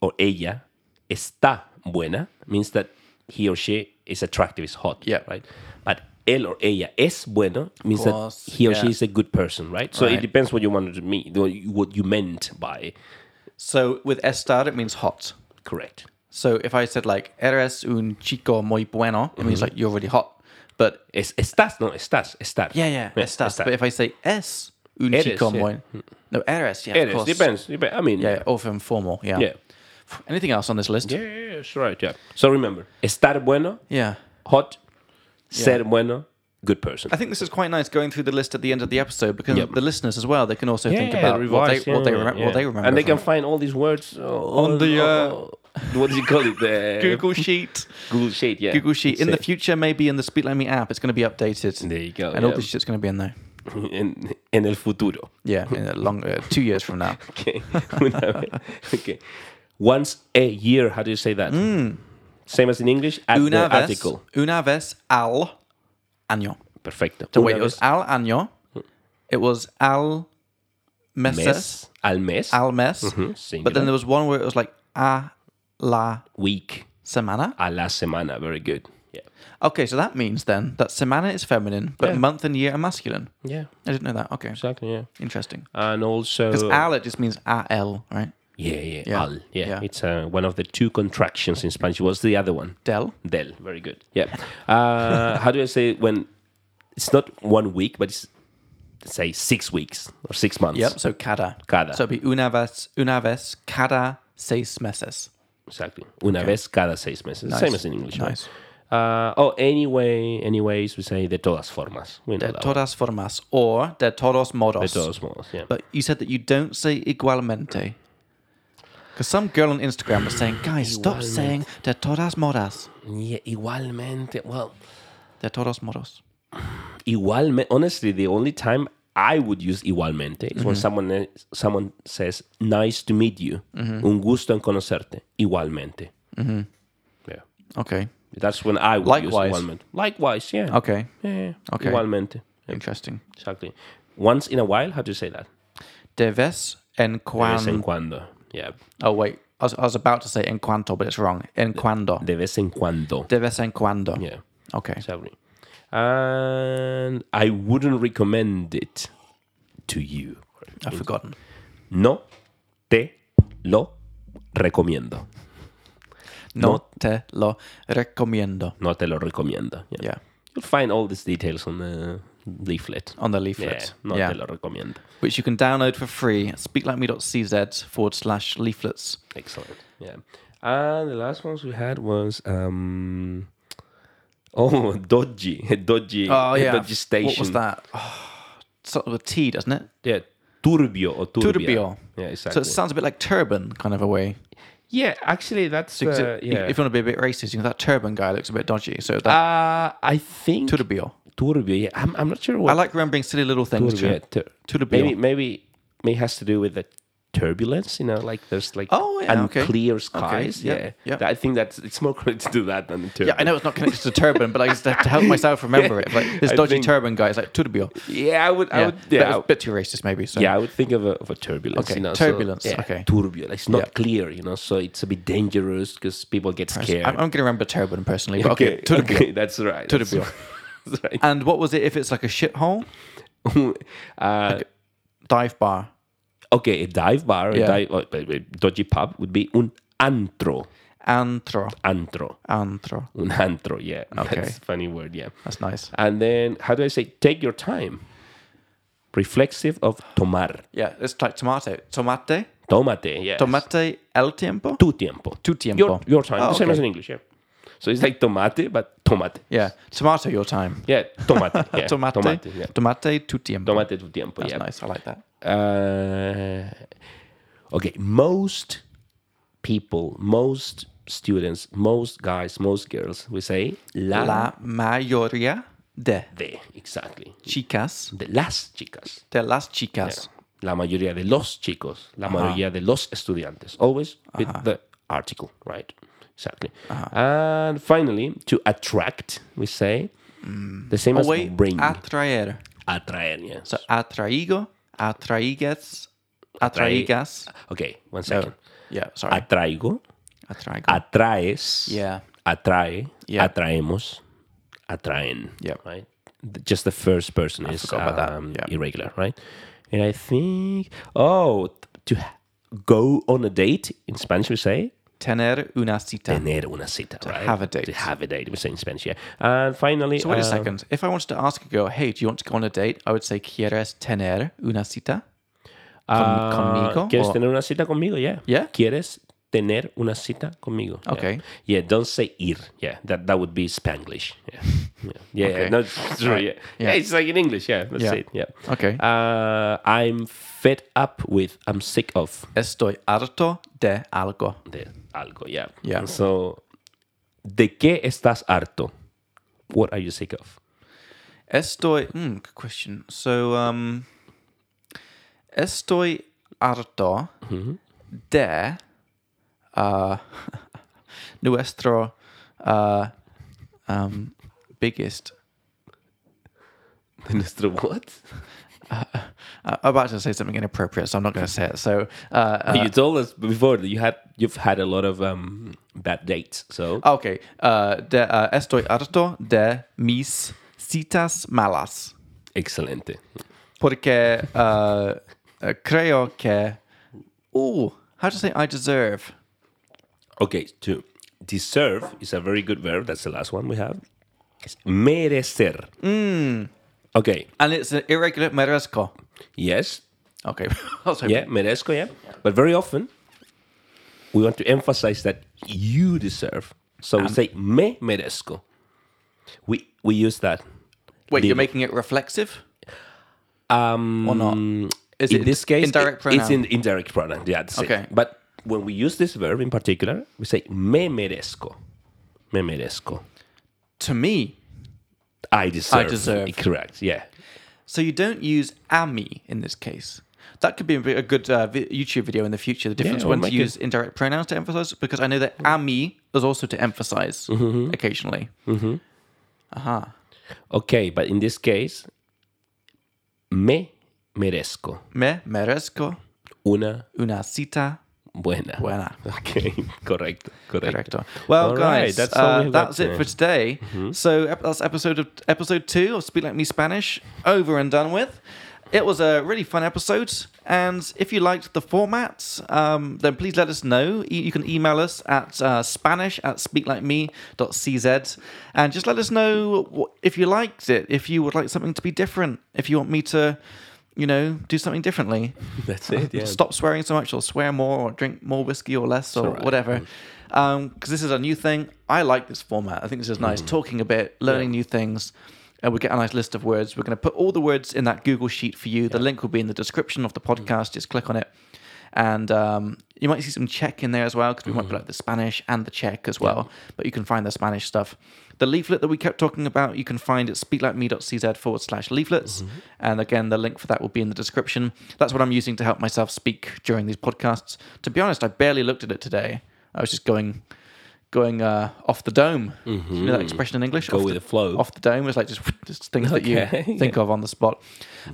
S2: or ella está buena means that he or she is attractive is hot
S1: Yeah.
S2: right but él or ella es bueno means
S1: course,
S2: that he or she
S1: yeah.
S2: is a good person right so it
S1: Right.
S2: depends what you wanted to mean what you meant by
S1: so with estar it means hot.
S2: correct
S1: So if I said like eres un chico muy bueno, it means like you're really hot. But
S2: es estás no estás estar
S1: yeah, yeah, estás.
S2: estar.
S1: But if I say es un
S2: Eres,
S1: chico
S2: yeah.
S1: muy, no Mm. eres, yeah, of
S2: Eres,
S1: course.
S2: depends, depends i mean
S1: Yeah, or from formal. Yeah.
S2: yeah.
S1: Anything else on this list?
S2: Yeah, yeah, yeah, that's right. Yeah. So remember, estar bueno,
S1: yeah.
S2: hot, ser bueno, good person.
S1: I think this is quite nice going through the list at the end of the episode because
S2: Yep.
S1: the listeners as well they can also think
S2: Yeah,
S1: about what
S2: revise,
S1: they, what, they
S2: yeah,
S1: remem-
S2: yeah.
S1: what they remember
S2: and they can
S1: from
S2: find all these words uh, on
S1: the,
S2: what do you call it? The
S1: Google Sheet,
S2: Google Sheet. Yeah,
S1: Google Sheet. In the
S2: Say-
S1: future, maybe in the Speak Like Me app, it's going to be updated.
S2: There you go,
S1: And all
S2: yeah.
S1: this shit's going to be in there.
S2: en, en uh, el futuro.
S1: Yeah, in a long uh, two years from now.
S2: Okay. Una vez. okay. Once a year. How do you say that? Same as in English. At
S1: Hmm. Una
S2: the
S1: vez,
S2: article.
S1: una vez al año.
S2: Perfecto.
S1: So
S2: Una
S1: wait, it was
S2: vez
S1: al año. It was al meses,
S2: mes, Mm-hmm. al mes.
S1: al mes. oh, But then
S2: singular.
S1: there was one where it was like a la
S2: week.
S1: semana.
S2: A la semana. Very good. Yeah.
S1: Okay, so that means then that semana is feminine, but
S2: Yeah.
S1: month and year are masculine.
S2: Yeah.
S1: I didn't know that. Okay,
S2: Exactly. Yeah.
S1: interesting.
S2: And also.
S1: Because al it just means al, right?
S2: Yeah, yeah,
S1: Yeah.
S2: al. Yeah,
S1: Yeah.
S2: it's uh, one of the two contractions in Spanish. What's the other one?
S1: Del.
S2: Del. Very good. Yeah. Uh, how do I say when it's not one week, but it's say six weeks or six months?
S1: Yep. So cada.
S2: Cada.
S1: So it'd be una vez, una vez cada seis meses.
S2: Exactly. Una vez cada seis meses. Same as in English. right?
S1: Nice.
S2: Uh, oh, anyway, anyways, we say de todas formas. We know
S1: De
S2: that one.
S1: todas formas, or de todos modos.
S2: De todos modos. Yeah.
S1: But you said that you don't say igualmente. Because some girl on Instagram was saying, guys, stop saying de todas modas.
S2: yeah, igualmente. Well,
S1: De todos modos.
S2: igualmente. Honestly, the only time I would use igualmente is when someone is- someone says "nice to meet you," "un gusto en conocerte," igualmente. Yeah,
S1: Okay.
S2: that's when I would
S1: Likewise.
S2: use igualmente. Likewise, yeah.
S1: Okay.
S2: Yeah.
S1: Okay.
S2: Igualmente. Yeah,
S1: Interesting.
S2: exactly. Once in a while, how do you say that?
S1: De vez en
S2: De vez
S1: cuando.
S2: en cuando. Yeah.
S1: Oh, wait. I was, I was about to say en cuanto, but it's wrong. En cuando.
S2: De vez en cuando.
S1: De vez en cuando.
S2: Yeah.
S1: Okay.
S2: Exactly. And I wouldn't recommend it to you.
S1: I've forgotten.
S2: No te lo recomiendo.
S1: No, te lo recomiendo.
S2: No te lo recomiendo. Yeah.
S1: Yeah.
S2: You'll find all these details on the leaflet.
S1: On the
S2: Yeah,
S1: leaflet.
S2: no
S1: Oh, yeah.
S2: te lo recomiendo.
S1: Which you can download for free at speaklikeme.cz forward slash leaflets.
S2: Excellent. Yeah. And the last ones we had was um oh dodgy, a dodgy,
S1: Oh,
S2: a
S1: yeah.
S2: dodgy station.
S1: What was that? Oh, sort of a T, doesn't it?
S2: Yeah, turbio or turbia.
S1: Turbio.
S2: Yeah,
S1: So
S2: exactly.
S1: it sounds a bit like turban kind of a way.
S2: yeah, actually, that's
S1: So 'cause
S2: uh,
S1: it-
S2: yeah.
S1: If you want to be a bit racist, you know, that turban guy looks a bit dodgy. So that
S2: uh, I think
S1: turbio.
S2: turbio. Yeah, I'm, I'm not sure
S1: I
S2: what
S1: like remembering silly little things.
S2: turbio.
S1: too.
S2: yeah, tur-
S1: Turbio.
S2: maybe maybe maybe it has to do with the turbulence you know like there's like
S1: Oh, yeah, okay.
S2: unclear skies
S1: yeah,
S2: yeah,
S1: yeah.
S2: That- i think that's it's more correct to do that than the
S1: Yeah,
S2: turbulence
S1: I know it's not connected to turban, but I just have to help myself remember it. Like this
S2: I
S1: dodgy
S2: think-
S1: turban guy is like turbio.
S2: yeah i would i
S1: Yeah,
S2: would
S1: yeah.
S2: yeah
S1: But
S2: I
S1: it's a
S2: would,
S1: bit too racist, maybe. So.
S2: yeah i would think of a, of a turbulence
S1: Okay,
S2: you know
S1: turbulence,
S2: so, yeah,
S1: okay.
S2: turbulence it's not
S1: Yeah.
S2: clear you know so it's a bit dangerous because people get scared
S1: I'm, I'm going to remember turban personally. But okay, turbio.
S2: okay, that's right that's
S1: Turbio.
S2: that's right
S1: And what was it if it's like a shithole?
S2: uh,
S1: Dive bar.
S2: Okay, a dive bar,
S1: Yeah.
S2: a, dive, uh, a dodgy pub would be un antro.
S1: Antro.
S2: Antro.
S1: Antro.
S2: Un antro, yeah.
S1: Okay.
S2: That's a funny word, yeah.
S1: That's nice.
S2: And then, how do I say? Take your time. Reflexive of tomar.
S1: Yeah, it's like tomato. Tomate.
S2: Tomate, yes.
S1: Tomate el tiempo.
S2: Tu tiempo.
S1: Tu tiempo.
S2: Your, your time.
S1: Oh,
S2: the same
S1: okay.
S2: as in English, yeah. So it's like tomate, but tomate.
S1: Yeah, tomato your time.
S2: Yeah, tomate. Yeah.
S1: Tomate. Tomate,
S2: Tomate, yeah.
S1: tu tiempo.
S2: Tomate tu tiempo,
S1: That's
S2: yeah.
S1: nice. I like that.
S2: uh, okay, most people, most students, most guys, most girls, we say la,
S1: La mayoría de
S2: de, exactly.
S1: chicas,
S2: De las chicas.
S1: de las chicas.
S2: La mayoría de los chicos, la mayoría de los estudiantes. Always with the article, right? Exactly. And finally, to attract, we say
S1: Mm.
S2: the same as
S1: Wait,
S2: bring.
S1: atraer.
S2: atraer, yeah.
S1: So atraigo, atraigas, atraigas.
S2: okay, one second.
S1: Yeah, sorry.
S2: Atraigo,
S1: Atraigo.
S2: atraes.
S1: yeah.
S2: atrae,
S1: Yeah.
S2: atraemos, atraen.
S1: Yeah.
S2: Right? Th- Just the first person is
S1: forgot about that.
S2: um,
S1: Yeah.
S2: irregular, right? And I think, oh, t- to go on a date in Spanish we say
S1: Tener una cita.
S2: tener una cita, right?
S1: have a date.
S2: To have a date, we say in Spanish, yeah. And finally,
S1: So wait a
S2: uh,
S1: second. If I wanted to ask a girl, hey, do you want to go on a date? I would say, ¿quieres tener una cita? Con,
S2: uh,
S1: conmigo?
S2: ¿Quieres
S1: Or-
S2: tener una cita conmigo? Yeah.
S1: Yeah?
S2: ¿Quieres tener una cita conmigo? Yeah.
S1: Okay.
S2: Yeah, don't say ir. Yeah, that that would be Spanglish. Yeah. Yeah, yeah,
S1: Okay.
S2: no, it's true. Yeah.
S1: Yeah.
S2: yeah, it's like in English. Yeah, that's
S1: Yeah.
S2: it. Yeah.
S1: Okay.
S2: Uh, I'm fed up with, I'm sick of
S1: Estoy harto de algo.
S2: the algo. Yeah.
S1: Yeah.
S2: So, ¿de qué estás harto? What are you sick of?
S1: Estoy. Hmm, good question. So, um, estoy harto de uh, nuestro uh, um, biggest.
S2: De nuestro what?
S1: Uh, I'm about to say something inappropriate, so I'm not going to say it. So, uh,
S2: you told us before that you had you've had a lot of um, bad dates. So,
S1: uh, okay. Uh, de, uh, estoy harto de mis citas malas.
S2: excelente.
S1: Porque uh, uh, creo que. Ooh, how do you say I deserve?
S2: Okay, to deserve is a very good verb. That's the last one we have. It's merecer.
S1: Mm.
S2: Okay.
S1: And it's an irregular merezco.
S2: Yes.
S1: Okay. I was hoping-
S2: Yeah, merezco, yeah. But very often, we want to emphasize that you deserve. So
S1: Ah.
S2: we say me merezco. We we use that.
S1: Wait, you're
S2: The-
S1: making it reflexive?
S2: um,
S1: Or not? Is
S2: Mm, in this case,
S1: indirect
S2: it-
S1: pronoun?
S2: it's in indirect pronoun. Yeah, that's
S1: Okay.
S2: it. But when we use this verb in particular, we say me merezco. Me merezco.
S1: to me.
S2: I deserve.
S1: deserve.
S2: Correct. Yeah.
S1: So you don't use ami in this case. That could be a bit- a good uh, vi- YouTube video in the future. The difference
S2: or
S1: when to
S2: make
S1: use indirect pronouns to emphasize, because I know that ami is also to emphasize
S2: Mm-hmm.
S1: occasionally.
S2: Okay, but in this case, me merezco
S1: Me merezco
S2: una
S1: una cita
S2: buena.
S1: buena.
S2: Okay, correct, correct.
S1: Director. Well,
S2: All right,
S1: guys,
S2: that's
S1: that's,
S2: all we
S1: uh,
S2: have Mm-hmm. got
S1: that's it
S2: today.
S1: for today. So ep- that's episode of episode two of Speak Like Me Spanish over and done with. It was a really fun episode, and if you liked the format, um, then please let us know. E- You can email us at uh, spanish at speaklikeme.cz, and just let us know wh- if you liked it, if you would like something to be different, if you want me to, you know, do something differently
S2: That's it. Yeah.
S1: stop swearing so much or swear more or drink more whiskey or less or
S2: all right.
S1: whatever because this is a new thing i like this format i think this is nice
S2: Mm-hmm.
S1: talking a bit learning new things and we get a nice list of words we're going to put all the words in that google sheet for you the link will be in the description of the
S2: Mm-hmm.
S1: podcast just click on it and um, you might see some Czech in there as well because we might
S2: Mm-hmm.
S1: put like the Spanish and the Czech as well. But you can find the Spanish stuff. The leaflet that we kept talking about, you can find at speaklikeme.cz forward slash leaflets.
S2: Mm-hmm.
S1: And again, the link for that will be in the description. That's what I'm using to help myself speak during these podcasts. To be honest, I barely looked at it today. I was just going going uh, off the dome. You know that expression in English?
S2: Mm-hmm. Go
S1: Off
S2: with the flow.
S1: Off the dome. It's like just, just things that
S2: Okay,
S1: you think of on the spot.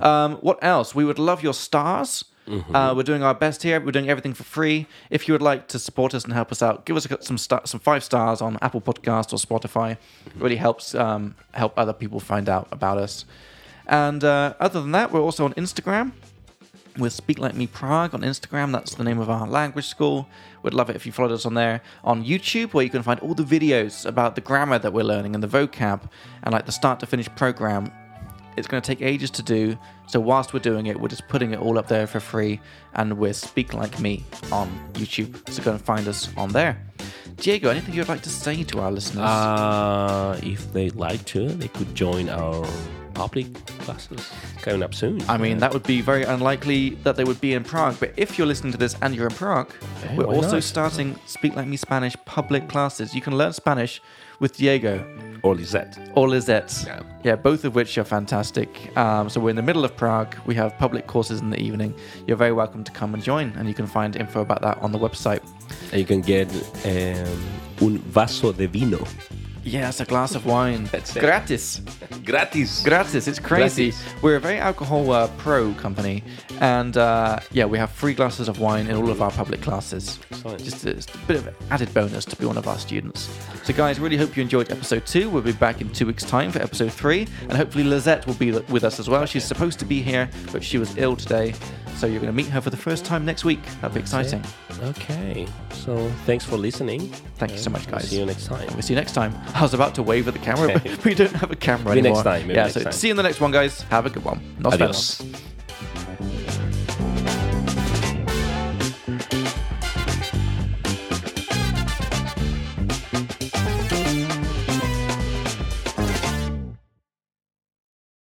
S1: Um, what else? We would love your stars. Uh, we're doing our best here. We're doing everything for free. If you would like to support us and help us out, give us a- some star, some five stars on Apple Podcast or Spotify. It really helps um, help other people find out about us. And uh, other than that, we're also on Instagram. with Speak Like Me Prague on Instagram. That's the name of our language school. We'd love it if you followed us on there. On YouTube, where you can find all the videos about the grammar that we're learning and the vocab and like the start to finish program. It's going to take ages to do. So, whilst we're doing it, we're just putting it all up there for free. And we're Speak Like Me on YouTube. So, go and find us on there. Diego, anything you'd like to say to our listeners?
S2: Uh, if they like to, they could join our public classes coming up soon.
S1: I mean, that would be very unlikely that they would be in Prague. But if you're listening to this and you're in Prague,
S2: Hey,
S1: we're
S2: why
S1: also
S2: not?
S1: starting Speak Like Me Spanish public classes. You can learn Spanish with Diego
S2: Or Lisette.
S1: or Lizette.
S2: Yeah.
S1: both of which are fantastic. Um, so we're in the middle of Prague. We have public courses in the evening. You're very welcome to come and join, and you can find info about that on the website.
S2: And you can get um, un vaso de vino.
S1: Yes, a glass of wine.
S2: That's it.
S1: Gratis.
S2: Gratis.
S1: Gratis, it's crazy.
S2: Gratis.
S1: We're a very alcohol uh, pro company, and uh, yeah, we have free glasses of wine in all of our public classes.
S2: Excellent.
S1: Just a, just a bit of an added bonus to be one of our students. So, guys, really hope you enjoyed episode two. We'll be back in two weeks' time for episode three, and hopefully, Lizette will be th- with us as well. She's supposed to be here, but she was ill today, so you're going to meet her for the first time next week. That'll be exciting.
S2: Okay. So thanks for listening.
S1: Thank you so much, guys.
S2: See you next time.
S1: We'll see you next time. I was about to wave at the camera, but we don't have a camera
S2: Maybe
S1: anymore.
S2: next time, maybe
S1: yeah,
S2: next
S1: so
S2: time.
S1: see you in the next one, guys. Have a good one. Nos
S2: Adios.
S1: vemos.